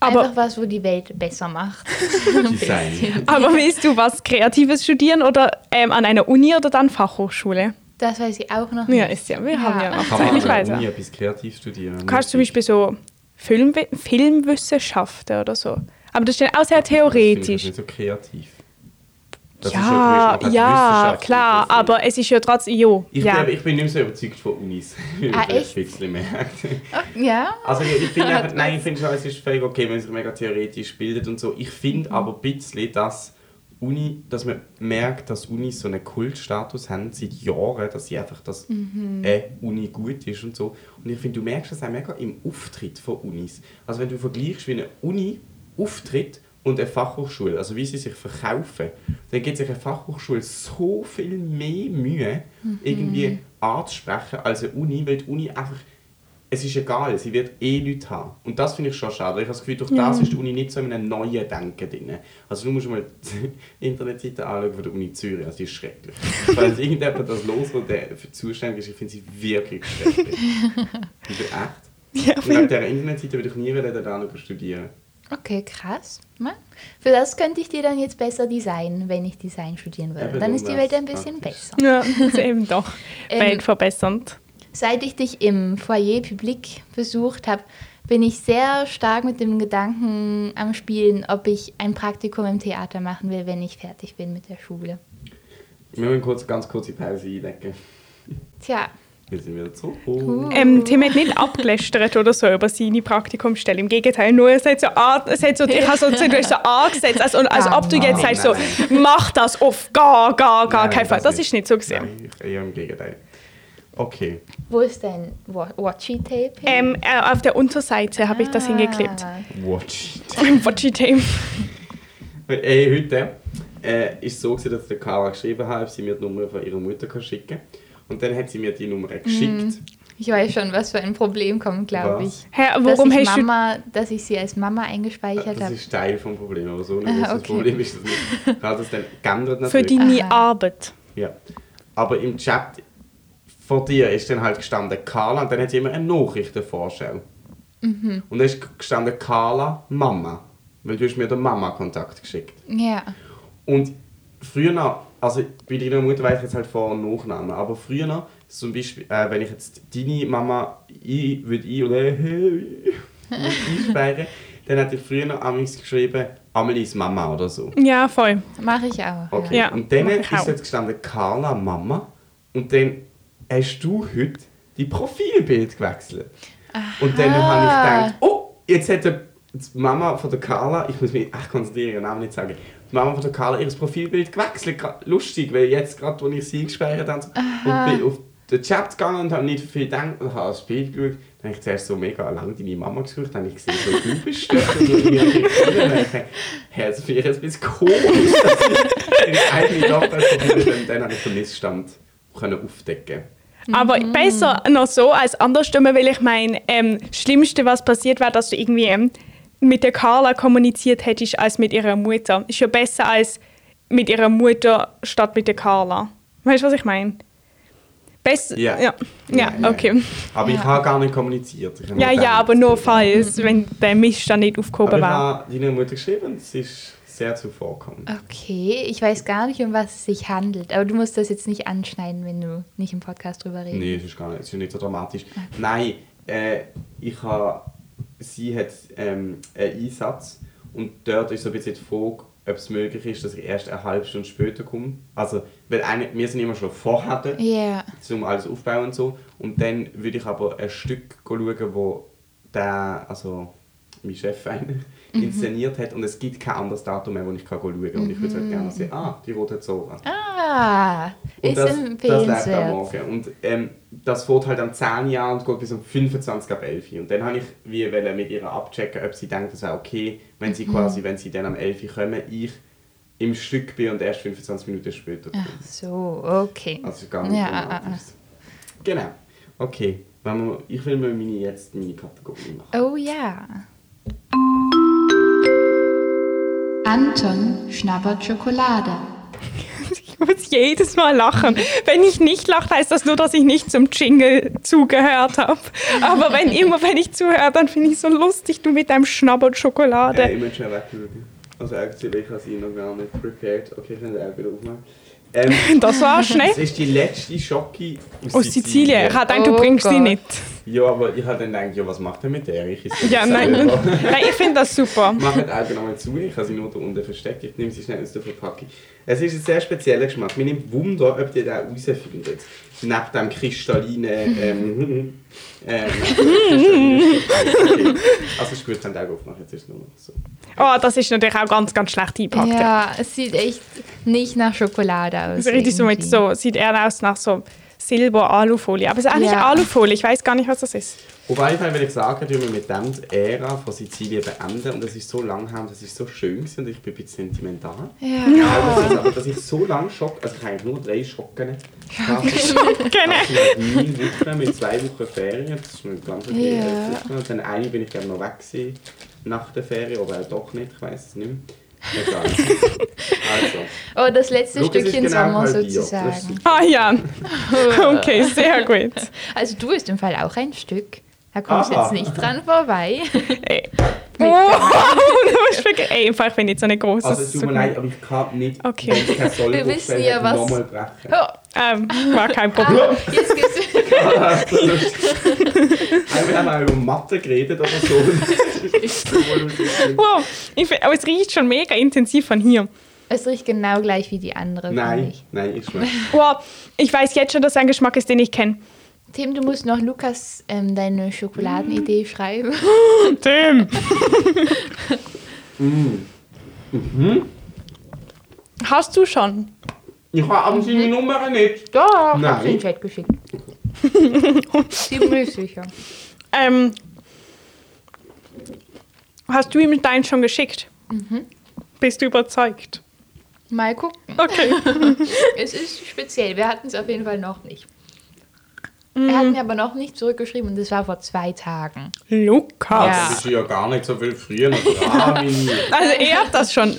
[SPEAKER 2] Oh, Aber-
[SPEAKER 1] einfach was, wo die Welt besser macht.
[SPEAKER 4] Design.
[SPEAKER 2] Aber willst du was Kreatives studieren oder ähm, an einer Uni oder dann Fachhochschule?
[SPEAKER 1] Das weiß ich auch noch nicht.
[SPEAKER 2] Ja, ist ja, wir haben ja noch
[SPEAKER 4] Kann man
[SPEAKER 2] Zeit, ich
[SPEAKER 4] an
[SPEAKER 2] weiß
[SPEAKER 4] der Uni
[SPEAKER 2] ja.
[SPEAKER 4] etwas kreativ studieren?
[SPEAKER 2] Du kannst zum Beispiel so Film, Filmwissenschaften oder so. Aber das ist dann auch sehr
[SPEAKER 4] Das
[SPEAKER 2] theoretisch.
[SPEAKER 4] ist nicht so kreativ. Das ist
[SPEAKER 2] Ja,
[SPEAKER 4] du bist noch als
[SPEAKER 2] ja,
[SPEAKER 4] wissenschaftlich
[SPEAKER 2] klar,
[SPEAKER 4] profil.
[SPEAKER 2] aber es ist ja trotzdem, jo,
[SPEAKER 4] Ich
[SPEAKER 2] ja.
[SPEAKER 4] glaube, ich bin nicht mehr so überzeugt von Unis. Wie man
[SPEAKER 1] Ah, echt?
[SPEAKER 4] vielleicht ein bisschen merkt.
[SPEAKER 1] Ja.
[SPEAKER 4] Also ich, ich finde einfach, nein, ich finde schon, es ist völlig okay, wenn man sich mega theoretisch bildet und so. Ich finde aber ein bisschen, dass Uni, dass man merkt, dass Unis so einen Kultstatus haben seit Jahren, dass sie einfach, dass eine Uni gut ist und so. Und ich finde, du merkst das auch mega im Auftritt von Unis. Also wenn du vergleichst, wie eine Uni auftritt und eine Fachhochschule, also wie sie sich verkaufen, dann gibt sich eine Fachhochschule so viel mehr Mühe, irgendwie anzusprechen als eine Uni, weil die Uni einfach es ist egal, sie wird eh Leute haben. Und das finde ich schon schade. Ich habe das Gefühl, durch das ist die Uni nicht so in einem neuen Denken drin. Also du musst mal die Internetseite anschauen von der Uni Zürich, also die ist schrecklich. Falls irgendjemand das los und der für zuständig ist, ich finde sie wirklich schrecklich. Ich bin echt.
[SPEAKER 2] Ja,
[SPEAKER 4] Und auf dieser Internetseite würde ich nie wieder da noch studieren.
[SPEAKER 1] Okay, krass. Na, Für das könnte ich dir dann jetzt besser designen, wenn ich Design studieren würde.
[SPEAKER 4] Eben,
[SPEAKER 1] Dann ist die
[SPEAKER 4] um
[SPEAKER 1] Welt
[SPEAKER 4] das
[SPEAKER 1] ein bisschen
[SPEAKER 4] praktisch.
[SPEAKER 1] besser.
[SPEAKER 2] Ja, das ist eben also doch
[SPEAKER 1] Ähm,
[SPEAKER 2] weltverbessernd.
[SPEAKER 1] seit ich dich im Foyer Publik besucht habe, bin ich sehr stark mit dem Gedanken am Spielen, ob ich ein Praktikum im Theater machen will, wenn ich fertig bin mit der Schule.
[SPEAKER 4] Wir müssen kurz, ganz kurze Pause einlegen.
[SPEAKER 1] Tja,
[SPEAKER 4] Wir sind wieder zurück.
[SPEAKER 2] Ähm, Tim hat nicht abgelästert oder so über seine Praktikumsstelle. Im Gegenteil, nur er hat so, an, es hat so, ich habe so, du hast so angesetzt, Also, als, als ob du jetzt
[SPEAKER 4] Nein,
[SPEAKER 2] sagst so,
[SPEAKER 4] nein,
[SPEAKER 2] mach das auf gar, gar, gar
[SPEAKER 4] Nein,
[SPEAKER 2] keinen Fall. Das ist nicht so gesehen.
[SPEAKER 4] Nein, eher im Gegenteil. Okay.
[SPEAKER 1] wo ist dein Wa- Watchy-Tape? hin?
[SPEAKER 2] Ähm, äh, auf der Unterseite habe ich das hingeklebt.
[SPEAKER 1] Ah,
[SPEAKER 4] Watch it.
[SPEAKER 2] Watchy Tape.
[SPEAKER 4] Ey, heute äh, ist so, gewesen, dass der Clara geschrieben hat, ob sie mir die Nummer von ihrer Mutter kann schicken kann. Und dann hat sie mir die Nummer
[SPEAKER 1] Mhm,
[SPEAKER 4] geschickt.
[SPEAKER 1] Ich weiß schon, was für ein Problem kommt, glaube
[SPEAKER 4] Was?
[SPEAKER 1] ich.
[SPEAKER 2] Hä,
[SPEAKER 1] Warum
[SPEAKER 2] warum
[SPEAKER 1] dass ich
[SPEAKER 2] hast du...
[SPEAKER 1] Mama, dass ich sie als Mama eingespeichert
[SPEAKER 4] Ah, Das
[SPEAKER 1] habe.
[SPEAKER 4] ist Teil vom Problem, aber so ein großes
[SPEAKER 1] okay.
[SPEAKER 4] Problem ist das nicht. Ich habe das dann geändert natürlich.
[SPEAKER 2] Für deine
[SPEAKER 1] Aha.
[SPEAKER 2] Arbeit.
[SPEAKER 4] Ja. Aber im Chat vor dir ist dann halt gestanden Carla und dann hat sie immer eine Nachricht der Vorschau.
[SPEAKER 1] Mhm.
[SPEAKER 4] Und dann ist gestanden Carla Mama. Weil du hast mir den Mama-Kontakt geschickt.
[SPEAKER 1] Ja.
[SPEAKER 4] Und früher, noch- also bei deiner Mutter weiß ich jetzt halt Vor- und Nachnamen, aber früher, noch, zum Beispiel, äh, wenn ich jetzt deine Mama ein, würde ich oder hey, einsperren, dann hätte ich früher noch amigs geschrieben, Amelies Mama oder so.
[SPEAKER 2] Ja, voll.
[SPEAKER 1] Mache ich auch.
[SPEAKER 4] Okay.
[SPEAKER 2] Ja,
[SPEAKER 4] und dann
[SPEAKER 2] mach ich
[SPEAKER 4] ist
[SPEAKER 2] auch.
[SPEAKER 4] jetzt gestanden Carla Mama und dann hast du heute die Profilbild gewechselt. Und dann habe ich gedacht, oh, jetzt hat der, die Mama von der Carla, ich muss mich echt konzentrieren, ihren Namen nicht sagen, die Mama von der Carla ihr Profilbild gewechselt. Gra- Lustig, weil jetzt gerade, als ich sie gespeichert habe und bin auf den Chat gegangen und habe nicht viel gedacht und habe das Bild geschaut, dann habe ich zuerst so mega lange deine Mama gesucht, dann habe ich gesehen, so du bist das. Und dann habe ich gedacht, hey, das finde ich jetzt ein bisschen komisch, dass ich ich eigentlich doch besser bin, dann- dann habe ich den Missstand können aufdecken
[SPEAKER 2] Aber besser noch so als andersrum, weil ich meine, ähm, Schlimmste, was passiert wäre, dass du irgendwie ähm, mit der Carla kommuniziert hättest als mit ihrer Mutter. Ist ja besser als mit ihrer Mutter statt mit der Carla. Weißt du, was ich meine? Besser.
[SPEAKER 4] Ja.
[SPEAKER 2] Ja. Ja,
[SPEAKER 4] Ja, ja.
[SPEAKER 2] okay.
[SPEAKER 4] Aber ich
[SPEAKER 1] Ja.
[SPEAKER 4] habe gar nicht kommuniziert. Ich habe
[SPEAKER 2] Ja,
[SPEAKER 4] gedacht,
[SPEAKER 2] ja, aber nur
[SPEAKER 4] das-
[SPEAKER 2] falls, wenn der Missstand nicht
[SPEAKER 4] Aber
[SPEAKER 2] aufgehoben
[SPEAKER 4] ich
[SPEAKER 2] war.
[SPEAKER 4] habe deiner Mutter geschrieben, es ist sehr zuvorkommend.
[SPEAKER 1] Okay, ich weiß gar nicht, um was es sich handelt, aber du musst das jetzt nicht anschneiden, wenn du nicht im Podcast drüber redest.
[SPEAKER 4] Nee, es ist gar nicht, es ist nicht so dramatisch. Nein, äh, ich habe, sie hat ähm, einen Einsatz und dort ist so ein bisschen die Frage, ob es möglich ist, dass ich erst eine halbe Stunde später komme. Also, weil eine, wir sind immer schon vorher da.
[SPEAKER 1] Ja.
[SPEAKER 4] um alles aufbauen und so. Und dann würde ich aber ein Stück schauen, wo der, also mein Chef einen
[SPEAKER 1] Mhm.
[SPEAKER 4] inszeniert hat und es gibt kein anderes Datum mehr, wo ich kann schauen kann. Und ich würde halt
[SPEAKER 1] Mhm.
[SPEAKER 4] gerne sehen, ah, die rote Zora.
[SPEAKER 1] Ah,
[SPEAKER 4] und
[SPEAKER 1] ist
[SPEAKER 4] das läuft am
[SPEAKER 1] empfehlenswert.
[SPEAKER 4] Morgen. Und ähm, das fährt halt am 10 Jahr und geht bis um 25 ab 11 Uhr. Und dann habe ich wie wollen mit ihr abchecken, ob sie denkt, das wäre okay, wenn
[SPEAKER 1] Mhm.
[SPEAKER 4] sie quasi, wenn sie dann am 11 Uhr kommen, ich im Stück bin und erst 25 Minuten später komme.
[SPEAKER 1] Ach so, okay.
[SPEAKER 4] Also gar nicht
[SPEAKER 1] Ja, ah,
[SPEAKER 4] dramatisch. Genau. Okay. Wenn wir, ich will mal meine jetzt meine Kategorie
[SPEAKER 2] Äh,
[SPEAKER 4] machen.
[SPEAKER 1] Oh ja.
[SPEAKER 3] Anton schnabbert Schokolade.
[SPEAKER 2] Ich muss jedes Mal lachen. Wenn ich nicht lache, heißt das nur, dass ich nicht zum Jingle zugehört habe. Aber wenn immer, wenn ich zuhöre, dann finde ich es so lustig, du mit deinem Schnabbert Schokolade.
[SPEAKER 4] Äh, ich muss schnell wegschauen. Also actually, ich habe sie noch gar nicht prepared. Okay, ich kann sie auch wieder aufmachen. Ähm,
[SPEAKER 2] Das war schnell.
[SPEAKER 4] das ist die letzte Schocke aus,
[SPEAKER 2] Aus Sizilien. Ich dachte, du
[SPEAKER 1] Oh
[SPEAKER 2] bringst sie
[SPEAKER 1] Gott.
[SPEAKER 2] nicht.
[SPEAKER 4] Ja, aber ich habe dann gedacht, ja, was macht er mit der? Ich esse
[SPEAKER 2] Ja,
[SPEAKER 4] sie
[SPEAKER 2] nein.
[SPEAKER 4] selber.
[SPEAKER 2] nein ich finde das super.
[SPEAKER 4] Mach die Augen nochmal zu, ich habe sie nur da unten versteckt. Ich nehme sie schnell aus der Verpackung. Es ist ein sehr spezieller Geschmack. Mir nimmt Wunder, ob ihr den auch herausfindet. Neben dem kristallinen. Ähm, äh, kristallinen okay. Also, ist gut, ich kann den Augen aufmachen. Jetzt ist es nur noch so.
[SPEAKER 2] Oh, das ist natürlich auch ganz, ganz schlecht eingepackt.
[SPEAKER 1] Ja, es sieht echt nicht nach Schokolade aus.
[SPEAKER 2] Das ist richtig so mit
[SPEAKER 1] irgendwie.
[SPEAKER 2] so, sieht eher aus nach so Silber-Alufolie. Aber es ist eigentlich
[SPEAKER 1] Ja.
[SPEAKER 2] Alufolie. Ich weiß gar nicht, was das ist.
[SPEAKER 4] Auf jeden Fall will ich sagen, dass wir mit dem die Ära von Sizilien beenden. Und es ist so lang her und es ist so schön gewesen und ich bin ein bisschen sentimental.
[SPEAKER 1] Ja.
[SPEAKER 4] Ja, das ist
[SPEAKER 1] Oh.
[SPEAKER 4] aber, dass ich so lange Schock. Also, ich habe eigentlich nur drei Schocken. Schocken.
[SPEAKER 2] Genau.
[SPEAKER 4] Ich bin nie Witwe mit zwei Wochen Ferien. Das ist mir ganz okay.
[SPEAKER 1] Ja.
[SPEAKER 4] Yeah. Und dann eine bin ich glaube noch weg gewesen, nach der Ferien, aber auch doch nicht, ich weiß es nicht mehr. Egal. also,
[SPEAKER 1] Oh, das letzte
[SPEAKER 4] Lukas ist
[SPEAKER 1] Stückchen
[SPEAKER 4] genau
[SPEAKER 1] Sommer
[SPEAKER 4] halb hier. Das ist
[SPEAKER 1] sozusagen.
[SPEAKER 4] super.
[SPEAKER 2] Ah ja. Okay, sehr gut.
[SPEAKER 1] Also du bist im Fall auch ein Stück. Da kommst du
[SPEAKER 4] Aha.
[SPEAKER 1] jetzt nicht dran vorbei.
[SPEAKER 2] Ey.
[SPEAKER 1] Äh.
[SPEAKER 2] Oh, du musst verge- Ey, einfach, ich bin jetzt so eine große.
[SPEAKER 4] Also, es tut mir leid, aber ich kann nicht.
[SPEAKER 2] Okay.
[SPEAKER 4] wenn ich keine Soll
[SPEAKER 1] Wir wissen ja, was-
[SPEAKER 4] Nochmal brechen.
[SPEAKER 1] Oh,
[SPEAKER 2] Ähm, war kein Problem.
[SPEAKER 1] ah, jetzt gibt's
[SPEAKER 4] Ah, das ist lustig. Haben wir haben auch über Mathe geredet oder so. Das ist so lustig.
[SPEAKER 2] Wow, ich, find- aber es riecht schon mega intensiv von hier.
[SPEAKER 1] Es riecht genau gleich wie die andere.
[SPEAKER 4] Nein,
[SPEAKER 1] finde ich.
[SPEAKER 4] nein, ich schmecke.
[SPEAKER 2] Wow, ich weiß jetzt schon, dass es ein Geschmack ist, den ich kenne.
[SPEAKER 1] Tim, du musst noch Lukas ähm, deine Schokoladenidee schreiben.
[SPEAKER 2] Tim!
[SPEAKER 4] Mm. Mhm.
[SPEAKER 2] Hast du schon?
[SPEAKER 4] Ich
[SPEAKER 1] Mhm.
[SPEAKER 4] habe aber seine Nummer nicht.
[SPEAKER 1] Doch,
[SPEAKER 4] Nein.
[SPEAKER 1] hab's in den Chat geschickt. Ziemlich sicher.
[SPEAKER 2] Ähm, hast du ihm deinen schon geschickt? Bist du überzeugt?
[SPEAKER 1] Mal gucken.
[SPEAKER 2] Okay.
[SPEAKER 1] Es ist speziell. Wir hatten es auf jeden Fall noch nicht. Er hat mir aber noch nicht zurückgeschrieben und das war vor zwei Tagen.
[SPEAKER 4] Ah, Das
[SPEAKER 2] Lukas.
[SPEAKER 4] ist ja gar nicht so viel früher noch dran.
[SPEAKER 2] Also er hat das schon.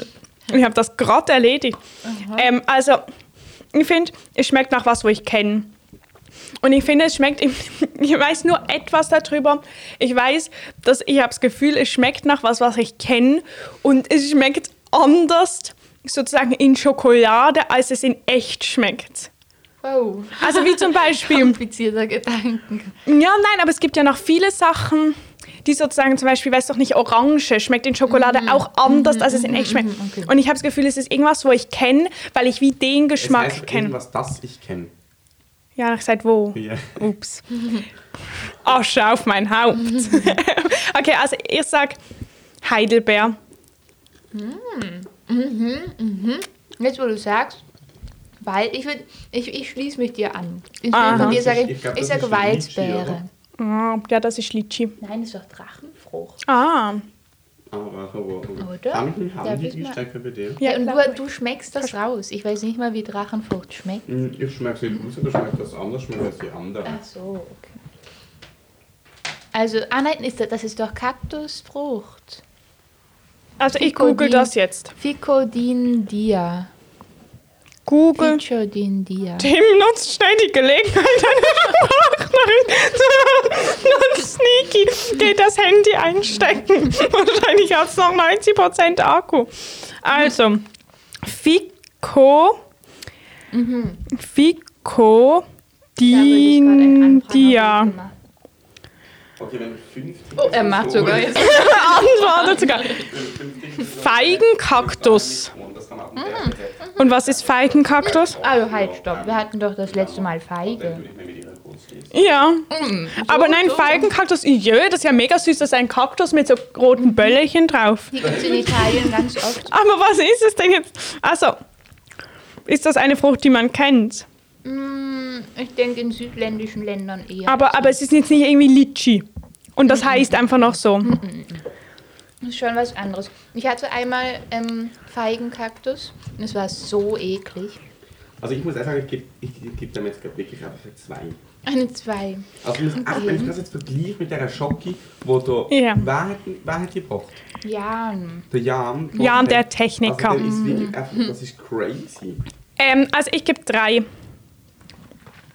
[SPEAKER 2] Ich habe das gerade erledigt. Ähm, also ich finde, es schmeckt nach was, wo ich kenne. Und ich finde, es schmeckt, ich weiß nur etwas darüber. Ich weiß, dass ich habe das Gefühl, es schmeckt nach was, was ich kenne. Und es schmeckt anders, sozusagen in Schokolade, als es in echt schmeckt.
[SPEAKER 1] Wow.
[SPEAKER 2] Also wie zum Beispiel,
[SPEAKER 1] Komplizierter Gedanken.
[SPEAKER 2] ja, nein, aber es gibt ja noch viele Sachen, die sozusagen zum Beispiel, weiß doch nicht, Orange schmeckt in
[SPEAKER 1] Mhm.
[SPEAKER 2] Schokolade auch anders, als es in echt schmeckt.
[SPEAKER 1] okay.
[SPEAKER 2] Und ich habe das Gefühl, es ist irgendwas, wo ich kenne, weil ich wie den
[SPEAKER 4] es
[SPEAKER 2] Geschmack
[SPEAKER 4] heißt
[SPEAKER 2] kenne.
[SPEAKER 4] Irgendwas, das ich kenne.
[SPEAKER 2] Ja, ich seit wo?
[SPEAKER 4] Ja.
[SPEAKER 2] Ups. Asche auf mein Haupt. okay, also ich sag Heidelbeer.
[SPEAKER 1] Jetzt, wo du sagst, weil ich, würd, ich, ich schließe mich dir an. Ich
[SPEAKER 2] Aha.
[SPEAKER 1] von dir sage ich,
[SPEAKER 4] Ich glaub,
[SPEAKER 1] ich
[SPEAKER 4] das
[SPEAKER 1] sage
[SPEAKER 4] ist ein Litschi,
[SPEAKER 1] Waldbeere.
[SPEAKER 4] oder?
[SPEAKER 2] Ah, ja, das ist Litschi.
[SPEAKER 1] Nein, ist doch Drachenfrucht,
[SPEAKER 2] Ah,
[SPEAKER 4] Aber, aber, aber.
[SPEAKER 1] oder?
[SPEAKER 4] Haben die, haben
[SPEAKER 1] Darf
[SPEAKER 4] die
[SPEAKER 1] ich
[SPEAKER 4] die
[SPEAKER 1] mal-
[SPEAKER 4] Stärke bei dir?
[SPEAKER 1] Ja,
[SPEAKER 2] Ja,
[SPEAKER 1] und
[SPEAKER 2] klar.
[SPEAKER 1] du, du schmeckst das raus. Ich weiß nicht mal, wie Drachenfrucht schmeckt.
[SPEAKER 4] Hm, Ich schmecke es nicht raus, aber schmeckt das anders schmeckt als die anderen.
[SPEAKER 1] Ach so, okay. Also, ah nein, ist das, das ist doch Kaktusfrucht.
[SPEAKER 2] also ich
[SPEAKER 1] Ficodin.
[SPEAKER 2] google das jetzt.
[SPEAKER 1] Ficodindia.
[SPEAKER 2] Google.
[SPEAKER 1] Ficodindia.
[SPEAKER 2] Tim nutzt schnell die Gelegenheit einer Sprachnachricht. Und sneaky geht das Handy einstecken. Wahrscheinlich hat es noch 90% Akku. Also, Fico. Fico.
[SPEAKER 1] Mhm. Da würde ich gerade einen Anfang
[SPEAKER 2] Din,
[SPEAKER 1] ne? auf
[SPEAKER 2] dia.
[SPEAKER 1] dich gemacht.
[SPEAKER 4] Okay, wenn ich 50.
[SPEAKER 1] Oh, er macht sogar jetzt.
[SPEAKER 2] Antwortet sogar. Feigenkaktus. Und was ist Feigenkaktus?
[SPEAKER 1] Also, halt, stopp. Wir hatten doch das letzte Mal Feige.
[SPEAKER 2] Ja. Aber nein,
[SPEAKER 1] Mm, so.
[SPEAKER 2] Feigenkaktus, jö, das ist ja mega süß. Das ist ein Kaktus mit so roten Böllchen drauf.
[SPEAKER 1] Die gibt es in Italien ganz oft.
[SPEAKER 2] Aber was ist es denn jetzt? Also, ist das eine Frucht, die man kennt?
[SPEAKER 1] Hm, ich denke in südländischen Ländern eher.
[SPEAKER 2] Aber, aber es ist jetzt nicht irgendwie Litschi. Und das heißt einfach noch so.
[SPEAKER 1] Das ist schon was anderes. Ich hatte einmal ähm, Feigenkaktus und es war so eklig.
[SPEAKER 4] Also ich muss ehrlich sagen, ich gebe ich, ich geb dem jetzt gerade wirklich einfach eine 2.
[SPEAKER 1] Eine zwei.
[SPEAKER 4] Also ich muss, auch wenn ich das jetzt vergleiche mit dieser Schocke, wo da...
[SPEAKER 2] Ja.
[SPEAKER 4] Wer, hat, wer hat die gebracht?
[SPEAKER 1] Ja.
[SPEAKER 4] Der Jan.
[SPEAKER 2] Jan, der Techniker.
[SPEAKER 4] Also der ist
[SPEAKER 1] Mhm.
[SPEAKER 4] wirklich einfach, das ist crazy.
[SPEAKER 2] Ähm, also, ich gebe drei.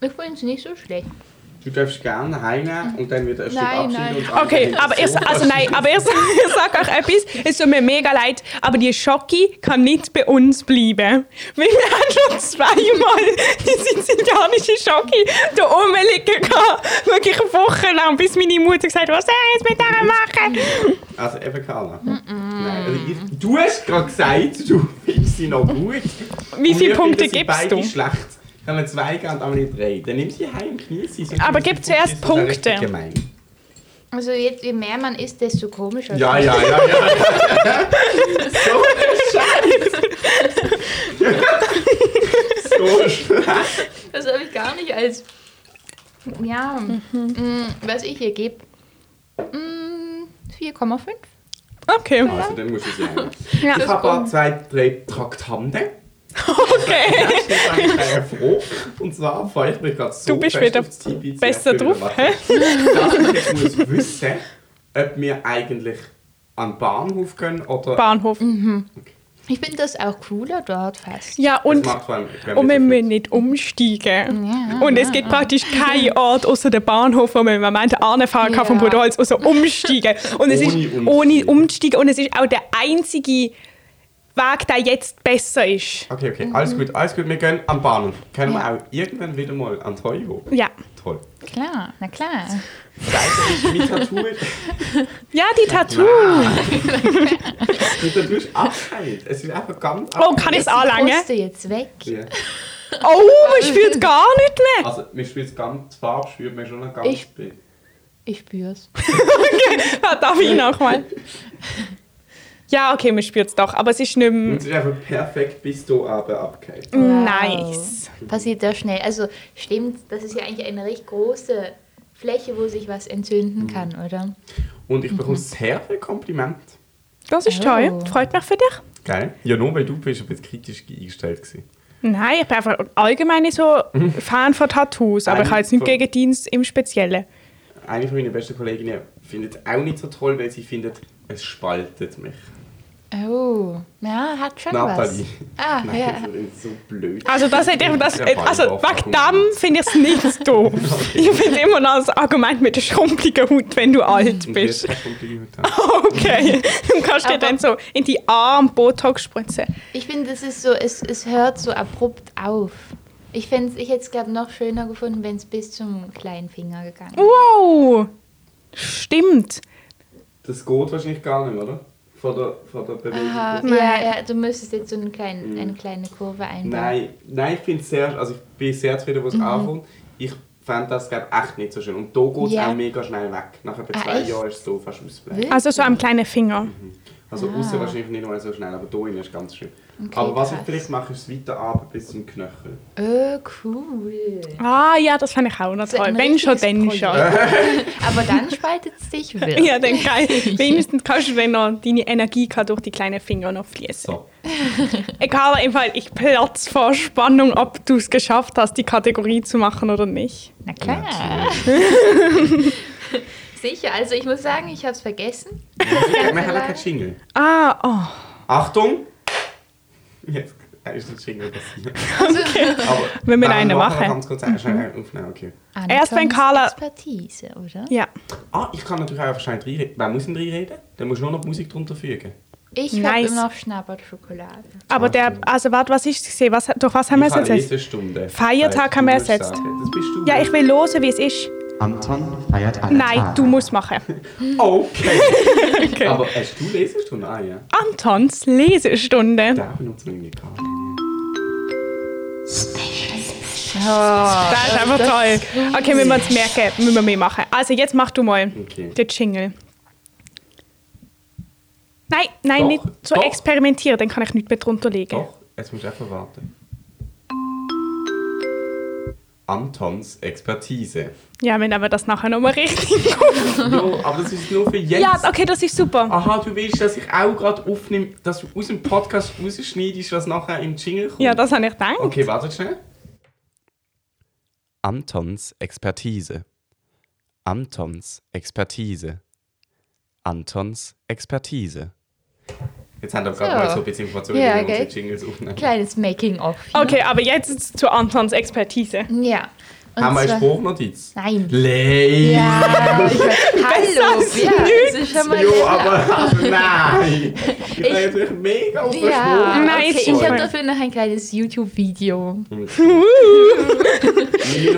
[SPEAKER 1] Ich finde es nicht so schlecht.
[SPEAKER 4] Du darfst gerne heimnehmen und dann wird er ein Stück
[SPEAKER 1] Nein,
[SPEAKER 4] abschneiden. und
[SPEAKER 2] Okay,
[SPEAKER 4] dann-
[SPEAKER 2] aber ich,
[SPEAKER 4] so
[SPEAKER 2] also nein, aber ich, ich sage euch etwas, es tut mir mega leid, aber die Schocke kann nicht bei uns bleiben. Weil wir haben schon zweimal die sizilianische Schocke da rumliegen gehabt. Wirklich wochenlang, bis meine Mutter gesagt hat, was soll ich jetzt mit der machen?
[SPEAKER 4] Also eben Carla.
[SPEAKER 1] Mhm.
[SPEAKER 4] Nein, also ich, du hast gerade gesagt, du findest sie noch gut.
[SPEAKER 2] Wie
[SPEAKER 4] Und
[SPEAKER 2] viele
[SPEAKER 4] wir
[SPEAKER 2] Punkte
[SPEAKER 4] finden sie
[SPEAKER 2] gibst
[SPEAKER 4] beide
[SPEAKER 2] du?
[SPEAKER 4] schlecht. Ich habe zwei gegeben und einmal drei. Dann nimm sie heim, knie sie. sonst
[SPEAKER 2] Aber
[SPEAKER 4] ist die
[SPEAKER 2] gib zuerst
[SPEAKER 4] Punkte- das ist
[SPEAKER 2] Punkte.
[SPEAKER 4] ja richtig Gemein.
[SPEAKER 1] Also jetzt, je mehr man isst, desto komischer.
[SPEAKER 4] Ja, ja, ja, ja. so eine Scheiße. so schlecht.
[SPEAKER 1] Das habe ich gar nicht als... Ja. Mm, was ich hier gebe... Mm, 4,5.
[SPEAKER 2] Okay,
[SPEAKER 4] Also dann musst du sie heim.
[SPEAKER 2] Ja.
[SPEAKER 4] Ich habe zwei, drei Traktanten.
[SPEAKER 2] okay.
[SPEAKER 4] Ich bin eigentlich sehr froh. Und zwar freue ich mich gerade so
[SPEAKER 2] Du bist
[SPEAKER 4] fest
[SPEAKER 2] wieder
[SPEAKER 4] auf das TBC.
[SPEAKER 2] besser
[SPEAKER 4] Ich bin
[SPEAKER 2] drauf,
[SPEAKER 4] wieder
[SPEAKER 2] hä?
[SPEAKER 4] wach. Dass ich jetzt muss wissen, ob wir eigentlich an den Bahnhof können oder...
[SPEAKER 2] Bahnhof.
[SPEAKER 1] Mhm. Ich finde das auch cooler dort fast.
[SPEAKER 2] Ja,
[SPEAKER 4] Das
[SPEAKER 2] und, um
[SPEAKER 4] macht vor allem- wenn
[SPEAKER 2] und wir
[SPEAKER 4] das
[SPEAKER 2] müssen nicht
[SPEAKER 4] nicht-
[SPEAKER 2] umsteigen. Und es gibt praktisch keinen Ort außer der Bahnhof, wo man im Moment anfahren kann von
[SPEAKER 1] Ja.
[SPEAKER 2] Budolz, außer umsteigen. Und es ist
[SPEAKER 4] Ohne umsteigen.
[SPEAKER 2] ohne umsteigen. Und es ist auch der einzige Weg, der jetzt besser ist. Mhm.
[SPEAKER 4] Okay, okay, alles gut, alles gut, wir gehen am Bahnhof. Können wir auch irgendwann wieder mal an Teugo?
[SPEAKER 2] Ja.
[SPEAKER 4] Voll.
[SPEAKER 1] Klar, na klar.
[SPEAKER 4] Mit Tattoo,
[SPEAKER 2] Ja, die Tattoo.
[SPEAKER 4] mit Tattoo ist Abhalt. Es ist einfach ganz
[SPEAKER 2] Oh, kann ich
[SPEAKER 1] Ist
[SPEAKER 2] es
[SPEAKER 1] die
[SPEAKER 2] anlangen?
[SPEAKER 1] Kruste jetzt weg?
[SPEAKER 4] Ja.
[SPEAKER 2] Oh, man spürt gar nicht mehr.
[SPEAKER 4] Also, man spürt ganz, die Farbe spürt man schon noch ganz.
[SPEAKER 1] Ich-
[SPEAKER 4] bisschen.
[SPEAKER 1] Ich spür's.
[SPEAKER 2] Ah, Darf ich nochmal? Ja, okay, man spürt es doch, aber es ist nicht
[SPEAKER 4] Und
[SPEAKER 2] mehr
[SPEAKER 4] es ist einfach perfekt bis hier runter abgehakt.
[SPEAKER 2] nice.
[SPEAKER 1] Passiert sehr schnell. Also stimmt, das ist ja eigentlich eine recht große Fläche, wo sich was entzünden kann, oder?
[SPEAKER 4] Und ich
[SPEAKER 1] Mhm.
[SPEAKER 4] bekomme sehr viel Kompliment.
[SPEAKER 2] Das ist
[SPEAKER 1] Oh.
[SPEAKER 2] toll. Freut mich für dich.
[SPEAKER 4] Geil. Ja, nur weil du bist ein bisschen kritisch eingestellt gewesen.
[SPEAKER 2] Nein, ich bin einfach allgemein so Fan von Tattoos, aber ich habe jetzt nicht gegen Dienst im Speziellen.
[SPEAKER 4] Eine von meinen besten Kolleginnen findet es auch nicht so toll, weil sie findet, es spaltet mich.
[SPEAKER 1] Oh, ja, hat schon
[SPEAKER 4] Nathalie.
[SPEAKER 1] was. Ah,
[SPEAKER 4] Nein,
[SPEAKER 1] ja. Ah,
[SPEAKER 4] das ist so blöd.
[SPEAKER 2] Also das hätte ich, das,
[SPEAKER 4] Ja, beide
[SPEAKER 2] also wegen
[SPEAKER 4] Waffen.
[SPEAKER 2] dem finde ich es nicht doof. Ich finde immer noch das Argument mit der schrumpeligen Haut, wenn du alt
[SPEAKER 4] Und
[SPEAKER 2] bist.
[SPEAKER 4] jetzt kein Kompliment haben.
[SPEAKER 2] Okay, dann kannst du dir
[SPEAKER 1] Aber-
[SPEAKER 2] dann so in die Arm Botox spritzen.
[SPEAKER 1] Ich finde, das ist so, es, es hört so abrupt auf. Ich, fänd's- ich hätte es, glaube noch schöner gefunden, wenn es bis zum kleinen Finger gegangen wäre.
[SPEAKER 2] Wow, stimmt.
[SPEAKER 4] Das geht wahrscheinlich gar nicht, oder? Von der, von der Bewegung.
[SPEAKER 1] Ja, ja, du müsstest jetzt so einen kleinen, eine kleine Kurve einbauen.
[SPEAKER 4] Nein, nein, ich bin sehr, also ich bin sehr zufrieden,
[SPEAKER 1] Mhm.
[SPEAKER 4] wo es anfängt. Ich fand das gerade echt nicht so schön. Und da geht es
[SPEAKER 1] Ja.
[SPEAKER 4] auch mega schnell weg. Nach etwa
[SPEAKER 1] Ah,
[SPEAKER 4] zwei
[SPEAKER 1] echt?
[SPEAKER 4] Jahren ist es so fast ausbleiben.
[SPEAKER 1] Wirklich? Ah.
[SPEAKER 2] Also so am kleinen Finger.
[SPEAKER 4] Also außer wahrscheinlich nicht mal so schnell, aber da innen ist ganz schön.
[SPEAKER 1] Okay,
[SPEAKER 4] aber was
[SPEAKER 1] krass.
[SPEAKER 4] ich vielleicht mache, ist weiter ab bis zum Knöchel.
[SPEAKER 1] Oh, cool.
[SPEAKER 2] Ah ja, das fand ich auch noch
[SPEAKER 1] So
[SPEAKER 2] toll.
[SPEAKER 1] Also ein
[SPEAKER 2] Wenn schon, dann
[SPEAKER 1] richtiges
[SPEAKER 2] schon.
[SPEAKER 1] Aber dann spaltet es dich wieder.
[SPEAKER 2] Ja, dann geil. Wenigstens kannst du dann noch deine Energie kann durch die kleinen Finger noch fließen.
[SPEAKER 4] So.
[SPEAKER 2] Egal, im Fall, ich platz vor Spannung, ob du es geschafft hast, die Kategorie zu machen oder nicht.
[SPEAKER 1] Na klar. Sicher, also ich muss sagen, ich habe es vergessen.
[SPEAKER 4] Wir haben ja keinen Jingle.
[SPEAKER 2] Ah, oh.
[SPEAKER 4] Achtung! Jetzt ist der Jingle passiert. Aber
[SPEAKER 2] Wenn wir
[SPEAKER 4] dann
[SPEAKER 2] einen
[SPEAKER 4] machen wir
[SPEAKER 2] machen.
[SPEAKER 4] Äh, Ganz kurz ein- schnell einen aufnehmen, okay.
[SPEAKER 2] Erst wenn
[SPEAKER 1] Antons
[SPEAKER 2] Carla-
[SPEAKER 1] Expertise, oder?
[SPEAKER 2] Ja.
[SPEAKER 4] Ah, ich kann natürlich auch einfach schnell reinreden. Wer muss denn reinreden? Dann musst du nur noch die Musik drunter fügen.
[SPEAKER 1] Ich
[SPEAKER 2] Nice.
[SPEAKER 1] habe immer noch Schnappertschokolade.
[SPEAKER 2] Aber der, also warte, was ist gesehen? Was, durch was haben wir
[SPEAKER 4] Ich
[SPEAKER 2] es
[SPEAKER 4] habe
[SPEAKER 2] ersetzt?
[SPEAKER 4] Lesestunde.
[SPEAKER 2] Feiertag
[SPEAKER 4] Du
[SPEAKER 2] haben wir
[SPEAKER 4] musst
[SPEAKER 2] ersetzt.
[SPEAKER 4] sagen, Das bist du.
[SPEAKER 2] Ja, ich will hören, wie es ist.
[SPEAKER 5] Anton feiert alle
[SPEAKER 2] Nein,
[SPEAKER 4] Ah.
[SPEAKER 2] du musst machen.
[SPEAKER 4] Okay.
[SPEAKER 2] Okay.
[SPEAKER 4] Aber hast du Lesestunde? Ah, ja.
[SPEAKER 2] Antons Lesestunde.
[SPEAKER 4] Da benutzen wir irgendwie gerade.
[SPEAKER 2] das ist einfach toll. Okay, müssen wir uns merken, müssen wir mehr machen. Also jetzt mach du mal
[SPEAKER 4] Okay.
[SPEAKER 2] den Jingle. Nein, nein,
[SPEAKER 4] Doch,
[SPEAKER 2] nicht so
[SPEAKER 4] doch.
[SPEAKER 2] experimentieren, dann kann ich nichts mehr drunter legen.
[SPEAKER 4] Doch, jetzt musst du einfach warten. Antons Expertise.
[SPEAKER 2] Ja, wir nehmen das nachher nochmal richtig.
[SPEAKER 4] No, aber das ist nur für jetzt.
[SPEAKER 2] ja, okay, das ist super.
[SPEAKER 4] Aha, du willst, dass ich auch gerade aufnehme, dass du aus dem Podcast rausschneidest, was nachher im Jingle kommt?
[SPEAKER 2] Ja, das habe ich gedacht.
[SPEAKER 4] Okay, wartet schnell. Antons Expertise. Antons Expertise. Antons Expertise. Jetzt haben wir gerade
[SPEAKER 1] So.
[SPEAKER 4] mal so ein bisschen Informationen,
[SPEAKER 1] Ja,
[SPEAKER 4] wie wir
[SPEAKER 1] gell?
[SPEAKER 4] unsere Jingles aufnehmen.
[SPEAKER 1] Kleines Making-of. hier.
[SPEAKER 2] Okay, aber jetzt zu Antons Expertise.
[SPEAKER 1] Ja. Und
[SPEAKER 4] Haben wir eine
[SPEAKER 1] zwar-
[SPEAKER 4] Spruchnotiz?
[SPEAKER 1] Nein.
[SPEAKER 4] Lay!
[SPEAKER 1] Ja, ich Hallo. Ja, das ist schon mal
[SPEAKER 4] Jo,
[SPEAKER 1] besser.
[SPEAKER 4] aber, aber nein! Ich bin natürlich mega auf der
[SPEAKER 1] Ja,
[SPEAKER 4] Spur.
[SPEAKER 2] Nein,
[SPEAKER 1] okay,
[SPEAKER 2] super.
[SPEAKER 1] ich habe dafür noch ein kleines YouTube-Video.
[SPEAKER 4] Wir müssen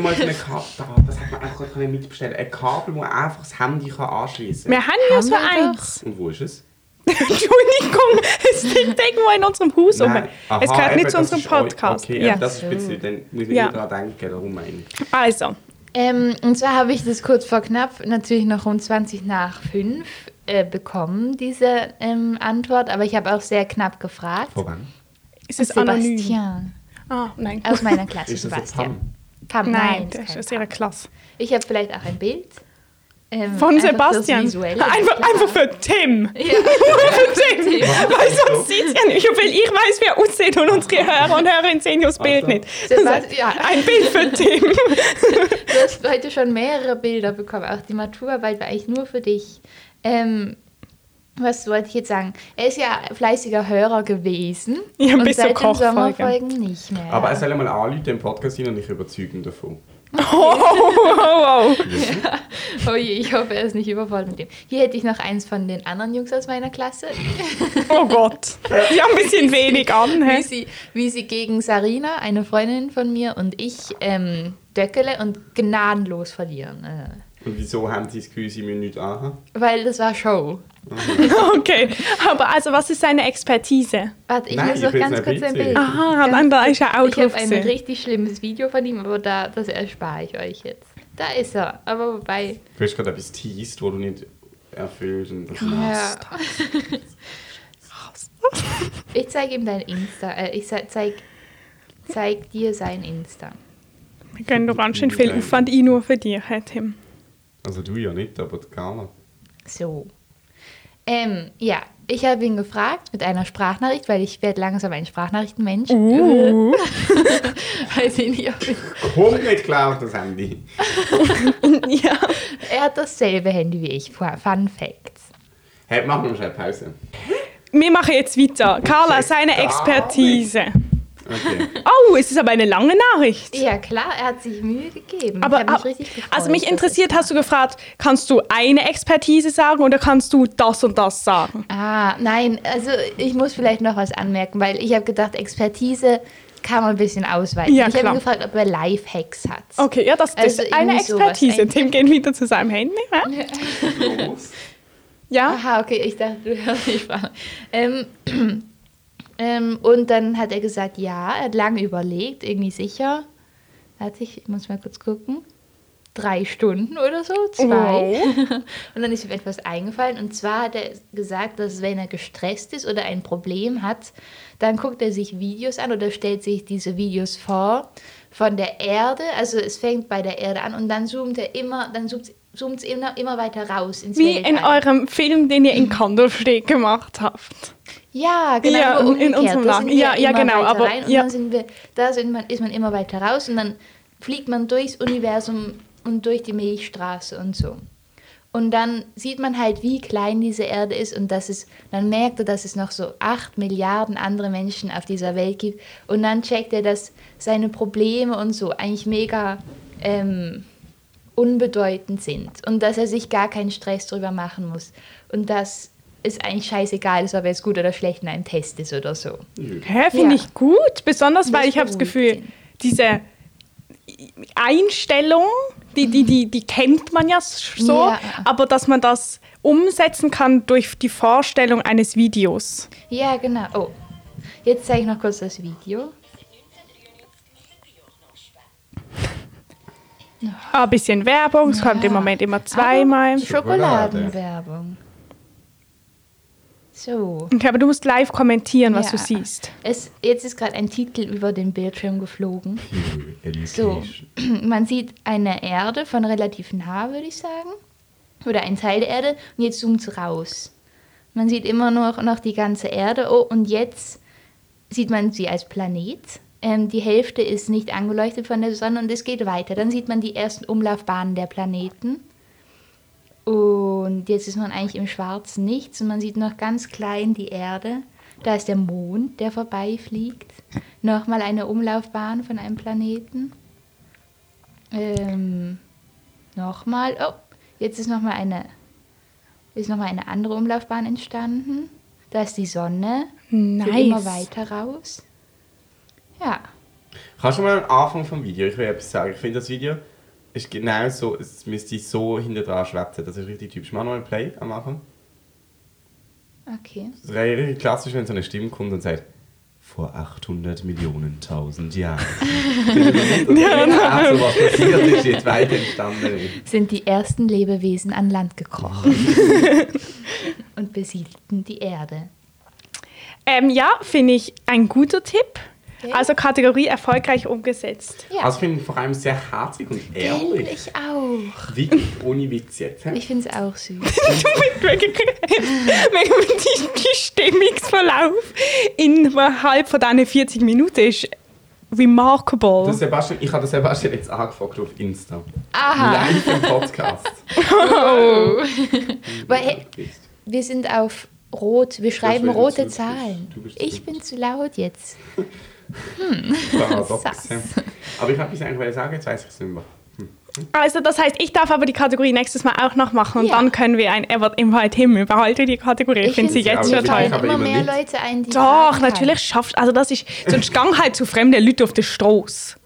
[SPEAKER 4] mal so eine Kabel, das hat man einfach gerade können mitbestellen. Ein Kabel, wo man einfach das Handy kann anschliessen kann.
[SPEAKER 2] Wir haben ja so
[SPEAKER 1] wir doch.
[SPEAKER 2] eins.
[SPEAKER 4] Und wo ist es?
[SPEAKER 2] Entschuldigung, es liegt irgendwo in unserem Haus rum.
[SPEAKER 4] Nein. Aha,
[SPEAKER 2] Es gehört
[SPEAKER 4] eben,
[SPEAKER 2] nicht zu
[SPEAKER 4] das
[SPEAKER 2] unserem
[SPEAKER 4] ist eu-
[SPEAKER 2] Podcast.
[SPEAKER 4] Okay,
[SPEAKER 2] ja.
[SPEAKER 4] ja. das ist
[SPEAKER 1] Mhm.
[SPEAKER 4] speziell, dann muss ich
[SPEAKER 2] Ja.
[SPEAKER 4] nicht dran denken, darum meine ich.
[SPEAKER 2] Also,
[SPEAKER 1] Ähm, und zwar habe ich das kurz vor knapp, natürlich noch um 20 nach 5 äh, bekommen, diese ähm, Antwort. Aber ich habe auch sehr knapp gefragt.
[SPEAKER 4] Voran.
[SPEAKER 2] ist es anonym?
[SPEAKER 1] Sebastian.
[SPEAKER 2] Ah, nein.
[SPEAKER 1] Aus meiner Klasse,
[SPEAKER 4] Ist das ein
[SPEAKER 1] Sebastian.
[SPEAKER 4] Pam?
[SPEAKER 1] Pam,
[SPEAKER 2] Nein,
[SPEAKER 1] nein,
[SPEAKER 2] das
[SPEAKER 1] kein
[SPEAKER 2] ist ihre Klasse.
[SPEAKER 1] Pam. Ich habe vielleicht auch ein Bild. ähm,
[SPEAKER 2] Von
[SPEAKER 1] einfach fürs
[SPEAKER 2] Sebastian.
[SPEAKER 1] Visuelle,
[SPEAKER 2] Einfach,
[SPEAKER 1] klar.
[SPEAKER 2] einfach für Tim.
[SPEAKER 1] Ja,
[SPEAKER 2] Für Tim. Weil sonst sieht ja nicht. Weil ich weiß, wer aussieht und unsere Hörer und Hörerinnen sehen ja das Bild
[SPEAKER 4] Ach so.
[SPEAKER 2] nicht.
[SPEAKER 1] Sebastian,
[SPEAKER 2] Ein Bild für Tim.
[SPEAKER 1] du hast heute schon mehrere Bilder bekommen. Auch die Maturarbeit war eigentlich nur für dich. Ähm, was wollte ich jetzt sagen? Er ist ja fleißiger Hörer gewesen.
[SPEAKER 2] Ja,
[SPEAKER 1] und
[SPEAKER 2] bis zur
[SPEAKER 1] seit den
[SPEAKER 2] Kochfolge.
[SPEAKER 1] Sommerfolgen nicht mehr.
[SPEAKER 4] Aber er soll mal anrufen im Podcast rein und ich überzeuge ihn davon.
[SPEAKER 2] Oh, Wow, wow.
[SPEAKER 1] Oh je, ich hoffe, er ist nicht überfordert mit dem. Hier hätte ich noch eins von den anderen Jungs aus meiner Klasse,
[SPEAKER 2] Oh Gott. Sie haben ein bisschen wenig an.
[SPEAKER 1] wie
[SPEAKER 2] hä?
[SPEAKER 1] sie, wie sie gegen Sarina, eine Freundin von mir, und ich ähm, Stöckele und gnadenlos verlieren. Äh,
[SPEAKER 4] Und wieso haben sie das Gefühl, sie müssen nichts anhaben?
[SPEAKER 1] Weil das war Show.
[SPEAKER 2] Okay, aber also was ist seine Expertise?
[SPEAKER 1] Warte, ich
[SPEAKER 4] Nein,
[SPEAKER 1] muss
[SPEAKER 4] ich
[SPEAKER 1] noch
[SPEAKER 4] will's
[SPEAKER 1] ganz
[SPEAKER 4] nicht
[SPEAKER 1] kurz ein
[SPEAKER 4] witzig.
[SPEAKER 1] Bild.
[SPEAKER 2] Aha,
[SPEAKER 1] Ganz
[SPEAKER 2] nein, da ist ja auch
[SPEAKER 1] Ich habe
[SPEAKER 2] drauf
[SPEAKER 1] ein
[SPEAKER 2] gesehen.
[SPEAKER 1] richtig schlimmes Video von ihm, aber da, das erspare ich euch jetzt. Da ist er, aber wobei.
[SPEAKER 4] Du hast gerade etwas teased, wo du nicht erfüllt und das
[SPEAKER 1] Ja. ich zeige ihm dein Insta. Äh, ich ze- zeig, zeig dir sein Insta.
[SPEAKER 2] Wir können doch ganz schön viel Aufwand ein nur für dich, Herr Tim.
[SPEAKER 4] Also du ja nicht, aber die Carla.
[SPEAKER 1] So. Ähm, ja, ich habe ihn gefragt mit einer Sprachnachricht, weil ich werde langsam ein Sprachnachrichtenmensch.
[SPEAKER 2] Uh,
[SPEAKER 1] Weiß ich nicht, ob ich
[SPEAKER 4] Komm nicht klar auf das Handy.
[SPEAKER 2] ja.
[SPEAKER 1] Er hat dasselbe Handy wie ich. Fun Facts.
[SPEAKER 4] Hey, machen wir schnell Pause.
[SPEAKER 2] Wir machen jetzt weiter. Carla, seine
[SPEAKER 4] Gar
[SPEAKER 2] Expertise.
[SPEAKER 4] Okay.
[SPEAKER 2] Oh, es ist aber eine lange Nachricht.
[SPEAKER 1] Ja, klar, er hat sich Mühe gegeben.
[SPEAKER 2] Aber
[SPEAKER 1] ich habe mich
[SPEAKER 2] ah,
[SPEAKER 1] richtig gefreut.
[SPEAKER 2] also mich
[SPEAKER 1] dass
[SPEAKER 2] interessiert, hast du gefragt, kannst du eine Expertise sagen oder kannst du das und das sagen?
[SPEAKER 1] Ich, ah, nein, also ich muss vielleicht noch was anmerken, weil ich habe gedacht, Expertise kann man ein bisschen ausweiten.
[SPEAKER 2] Ja,
[SPEAKER 1] ich habe
[SPEAKER 2] klar.
[SPEAKER 1] ihn gefragt, ob er Lifehacks hat.
[SPEAKER 2] Okay, ja, das, das
[SPEAKER 1] Also
[SPEAKER 2] ist eine
[SPEAKER 1] irgendwie sowas.
[SPEAKER 2] Expertise.
[SPEAKER 1] Ein-
[SPEAKER 2] Tim geht wieder zu seinem Handy. hä?
[SPEAKER 4] Los.
[SPEAKER 2] Ja,
[SPEAKER 1] Aha, okay, ich dachte, du hörst die Sprache. Ähm, ähm, und dann hat er gesagt, ja, er hat lange überlegt, irgendwie sicher. Warte, ich muss mal kurz gucken. Drei Stunden oder so, zwei. Und dann ist ihm etwas eingefallen. Und zwar hat er gesagt, dass wenn er gestresst ist oder ein Problem hat, dann guckt er sich Videos an oder stellt sich diese Videos vor von der Erde. Also es fängt bei der Erde an und dann zoomt er immer, dann zoomt es immer, immer weiter raus ins
[SPEAKER 2] wie in
[SPEAKER 1] Weltall.
[SPEAKER 2] eurem Film, den ihr in Kandelsteg gemacht habt.
[SPEAKER 1] Ja, genau.
[SPEAKER 2] Ja,
[SPEAKER 1] nur
[SPEAKER 2] in- in
[SPEAKER 1] umgekehrt.
[SPEAKER 2] unserem
[SPEAKER 1] Da
[SPEAKER 2] Laden.
[SPEAKER 1] sind wir
[SPEAKER 2] Ja, ja,
[SPEAKER 1] immer
[SPEAKER 2] genau,
[SPEAKER 1] weiter
[SPEAKER 2] aber-
[SPEAKER 1] rein und
[SPEAKER 2] ja.
[SPEAKER 1] dann sind wir, da sind man, ist man immer weiter raus und dann fliegt man durchs Universum und durch die Milchstraße und so. Und dann sieht man halt, wie klein diese Erde ist und dass es, dann merkt er, dass es noch so acht Milliarden andere Menschen auf dieser Welt gibt. Und dann checkt er, dass seine Probleme und so eigentlich mega ähm, unbedeutend sind und dass er sich gar keinen Stress drüber machen muss und dass es eigentlich scheißegal ist, ob er jetzt gut oder schlecht in einem Test ist oder so.
[SPEAKER 2] Hä, finde
[SPEAKER 1] Ja.
[SPEAKER 2] ich gut. Besonders, weil
[SPEAKER 1] Das
[SPEAKER 2] ich habe das
[SPEAKER 1] beruhigt
[SPEAKER 2] Gefühl,
[SPEAKER 1] ihn.
[SPEAKER 2] diese Einstellung, die, die, die, die kennt man ja so,
[SPEAKER 1] Ja.
[SPEAKER 2] aber dass man das umsetzen kann durch die Vorstellung eines Videos.
[SPEAKER 1] Ja, genau. Oh, jetzt zeige ich noch kurz das Video.
[SPEAKER 2] Ein Ah, bisschen Werbung, es kommt im Moment immer zweimal.
[SPEAKER 1] Ah, Schokoladenwerbung. So.
[SPEAKER 2] Okay, aber du musst live kommentieren, was
[SPEAKER 1] Ja.
[SPEAKER 2] du siehst.
[SPEAKER 1] Es, jetzt ist gerade ein Titel über den Bildschirm geflogen. So, man sieht eine Erde von relativ nah, würde ich sagen. Oder ein Teil der Erde. Und jetzt zoomt es raus. Man sieht immer noch, noch die ganze Erde. Oh, und jetzt sieht man sie als Planet. Ähm, die Hälfte ist nicht angeleuchtet von der Sonne und es geht weiter. Dann sieht man die ersten Umlaufbahnen der Planeten. Und jetzt ist man eigentlich im schwarzen Nichts und man sieht noch ganz klein die Erde. Da ist der Mond, der vorbeifliegt. Nochmal eine Umlaufbahn von einem Planeten. Ähm, nochmal. Oh, jetzt ist nochmal eine, ist noch mal eine andere Umlaufbahn entstanden. Da ist die Sonne. Geht immer
[SPEAKER 2] Nice.
[SPEAKER 1] weiter raus. Ja.
[SPEAKER 4] Kannst du mal am Anfang vom Video, ich will etwas sagen, ich finde das Video ist genau so, es müsste so hinter dran schwätzen, das ist richtig typisch. Mach nochmal Play am Anfang.
[SPEAKER 1] Okay.
[SPEAKER 4] Das wäre richtig klassisch, wenn so eine Stimme kommt und sagt, vor 800 Millionen tausend Jahren.
[SPEAKER 1] genau.
[SPEAKER 4] ja, nein. So was passiert ist, jetzt weit entstanden ist.
[SPEAKER 1] Sind die ersten Lebewesen an Land gekrochen und besiedelten die Erde.
[SPEAKER 2] Ähm, ja, finde ich ein guter Tipp.
[SPEAKER 1] Okay.
[SPEAKER 2] Also Kategorie erfolgreich umgesetzt.
[SPEAKER 1] Ja.
[SPEAKER 4] Also ich finde ihn vor allem sehr herzig und
[SPEAKER 1] Gell,
[SPEAKER 4] ehrlich.
[SPEAKER 1] ich auch.
[SPEAKER 4] Wirklich ohne Witz jetzt. hä?
[SPEAKER 1] Ich finde es auch süß.
[SPEAKER 2] Wegen- wegen die, die Stimmungsverlauf innerhalb von diesen 40 Minuten ist remarkable.
[SPEAKER 4] Der Sebastian, ich habe den Sebastian jetzt angefragt auf Insta.
[SPEAKER 1] Aha. Oh.
[SPEAKER 4] Live im Podcast.
[SPEAKER 1] Weil, hey, wir sind auf rot. Wir schreiben
[SPEAKER 4] wieder zu-
[SPEAKER 1] rote
[SPEAKER 4] du
[SPEAKER 1] Zahlen.
[SPEAKER 4] bist- du bist zu
[SPEAKER 1] ich bin zu laut jetzt.
[SPEAKER 4] Paradox.
[SPEAKER 1] Sass.
[SPEAKER 4] ja. Aber ich habe es eigentlich sagen, jetzt weiß ich es nicht mehr. Hm.
[SPEAKER 2] Also das heißt, ich darf aber die Kategorie nächstes Mal auch noch machen und
[SPEAKER 1] Ja.
[SPEAKER 2] dann können wir ein Edward Invite Himmel behalten die Kategorie. Ich finde sie
[SPEAKER 1] find's
[SPEAKER 2] jetzt
[SPEAKER 1] gut.
[SPEAKER 2] schon
[SPEAKER 4] aber
[SPEAKER 2] toll.
[SPEAKER 1] Wir haben immer
[SPEAKER 4] immer
[SPEAKER 1] mehr
[SPEAKER 4] nicht.
[SPEAKER 1] Leute ein, die
[SPEAKER 2] Doch,
[SPEAKER 1] fragen können.
[SPEAKER 2] natürlich schafft Also das ist sonst gang halt zu fremden Leuten auf der Straße.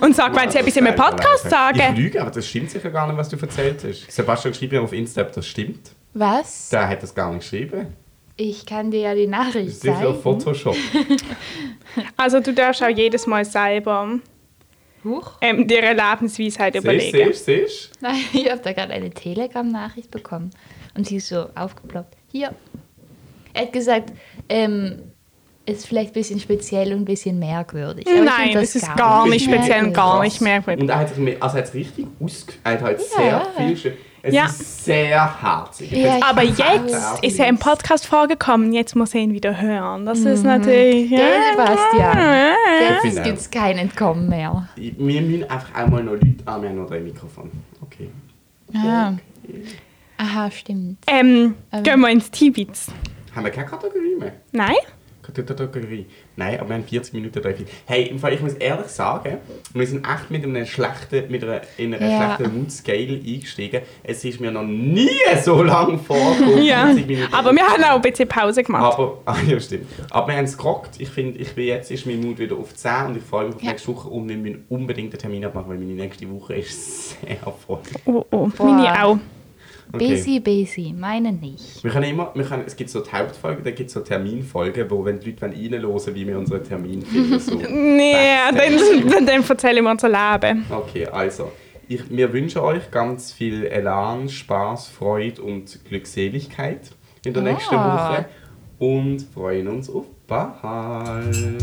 [SPEAKER 2] Und sag mal, jetzt habe ich es in einem Podcast
[SPEAKER 4] Ich
[SPEAKER 2] sagen.
[SPEAKER 4] lüge, aber das stimmt sicher gar nicht, was du erzählt hast. Sebastian schreibt mir auf Insta, ob das stimmt.
[SPEAKER 1] Was?
[SPEAKER 4] Der hat das gar nicht geschrieben.
[SPEAKER 1] Ich kann dir ja die Nachricht
[SPEAKER 4] Das ist sicher auf
[SPEAKER 1] zeigen.
[SPEAKER 4] Photoshop.
[SPEAKER 2] Also du darfst auch jedes Mal selber
[SPEAKER 1] Huch.
[SPEAKER 2] ähm, dir eine Lebensweisheit
[SPEAKER 4] Siehst
[SPEAKER 2] überlegen.
[SPEAKER 4] du, siehst
[SPEAKER 1] Nein, ich habe da gerade eine Telegram-Nachricht bekommen. Und sie ist so aufgeploppt. Hier. Er hat gesagt, ähm, ist vielleicht ein bisschen speziell und ein bisschen merkwürdig. Aber ich
[SPEAKER 2] Nein,
[SPEAKER 1] find das
[SPEAKER 2] es ist gar nicht speziell und gar nicht
[SPEAKER 4] du? Und
[SPEAKER 2] merkwürdig.
[SPEAKER 4] er hat es mir- also er hat es richtig ausgeführt. Er hat halt
[SPEAKER 1] Ja.
[SPEAKER 4] sehr viel geschrieben. Es
[SPEAKER 2] Ja.
[SPEAKER 4] ist sehr herzig.
[SPEAKER 1] Ja, ich
[SPEAKER 2] Aber
[SPEAKER 1] find's
[SPEAKER 2] jetzt
[SPEAKER 4] auch
[SPEAKER 2] ist er im
[SPEAKER 4] nice.
[SPEAKER 2] Podcast vorgekommen, jetzt muss er ihn wieder hören. Das ist natürlich...
[SPEAKER 1] Gell, Sebastian? Jetzt
[SPEAKER 4] Genau.
[SPEAKER 1] gibt es kein Entkommen mehr.
[SPEAKER 4] Wir müssen einfach einmal noch Leute an, wir haben noch drei Mikrofone. Okay.
[SPEAKER 1] Ah. Aha, stimmt.
[SPEAKER 2] Ähm, gehen wir ins Tibitz.
[SPEAKER 4] Haben wir keine Kategorie mehr?
[SPEAKER 2] Nein?
[SPEAKER 4] Kategorie. Nein, aber wir haben 40 Minuten drei. Hey, im Fall, ich muss ehrlich sagen, wir sind echt mit einem schlechten, mit einer, in einer
[SPEAKER 1] Ja.
[SPEAKER 4] schlechten Mood-Scale eingestiegen. Es ist mir noch nie so lang vorgekommen.
[SPEAKER 2] Ja.
[SPEAKER 4] 40 Minuten.
[SPEAKER 2] Aber wir haben auch ein bisschen Pause gemacht.
[SPEAKER 4] Aber, ah, ja, stimmt. Aber wir haben es gerockt. Ich finde, ich bin jetzt ist mein Mut wieder auf 10 und ich freue mich auf
[SPEAKER 1] Ja.
[SPEAKER 4] nächste Woche und wir müssen unbedingt einen Termin abmachen, weil meine nächste Woche ist sehr voll.
[SPEAKER 2] Oh, oh,
[SPEAKER 1] Boah.
[SPEAKER 2] meine auch.
[SPEAKER 1] Busy, busy. Meine nicht.
[SPEAKER 4] Wir können immer, wir können, es gibt so die Hauptfolgen, dann gibt es so Terminfolgen, wo wenn die Leute wollen reinhören, wie wir unseren Termin finden. So.
[SPEAKER 2] Nee,
[SPEAKER 4] Backstage.
[SPEAKER 2] dann, dann, dann erzählen wir unser Leben.
[SPEAKER 4] Okay, also. Ich, wir wünschen euch ganz viel Elan, Spaß, Freude und Glückseligkeit in der nächsten
[SPEAKER 1] Ah.
[SPEAKER 4] Woche und freuen uns auf bald.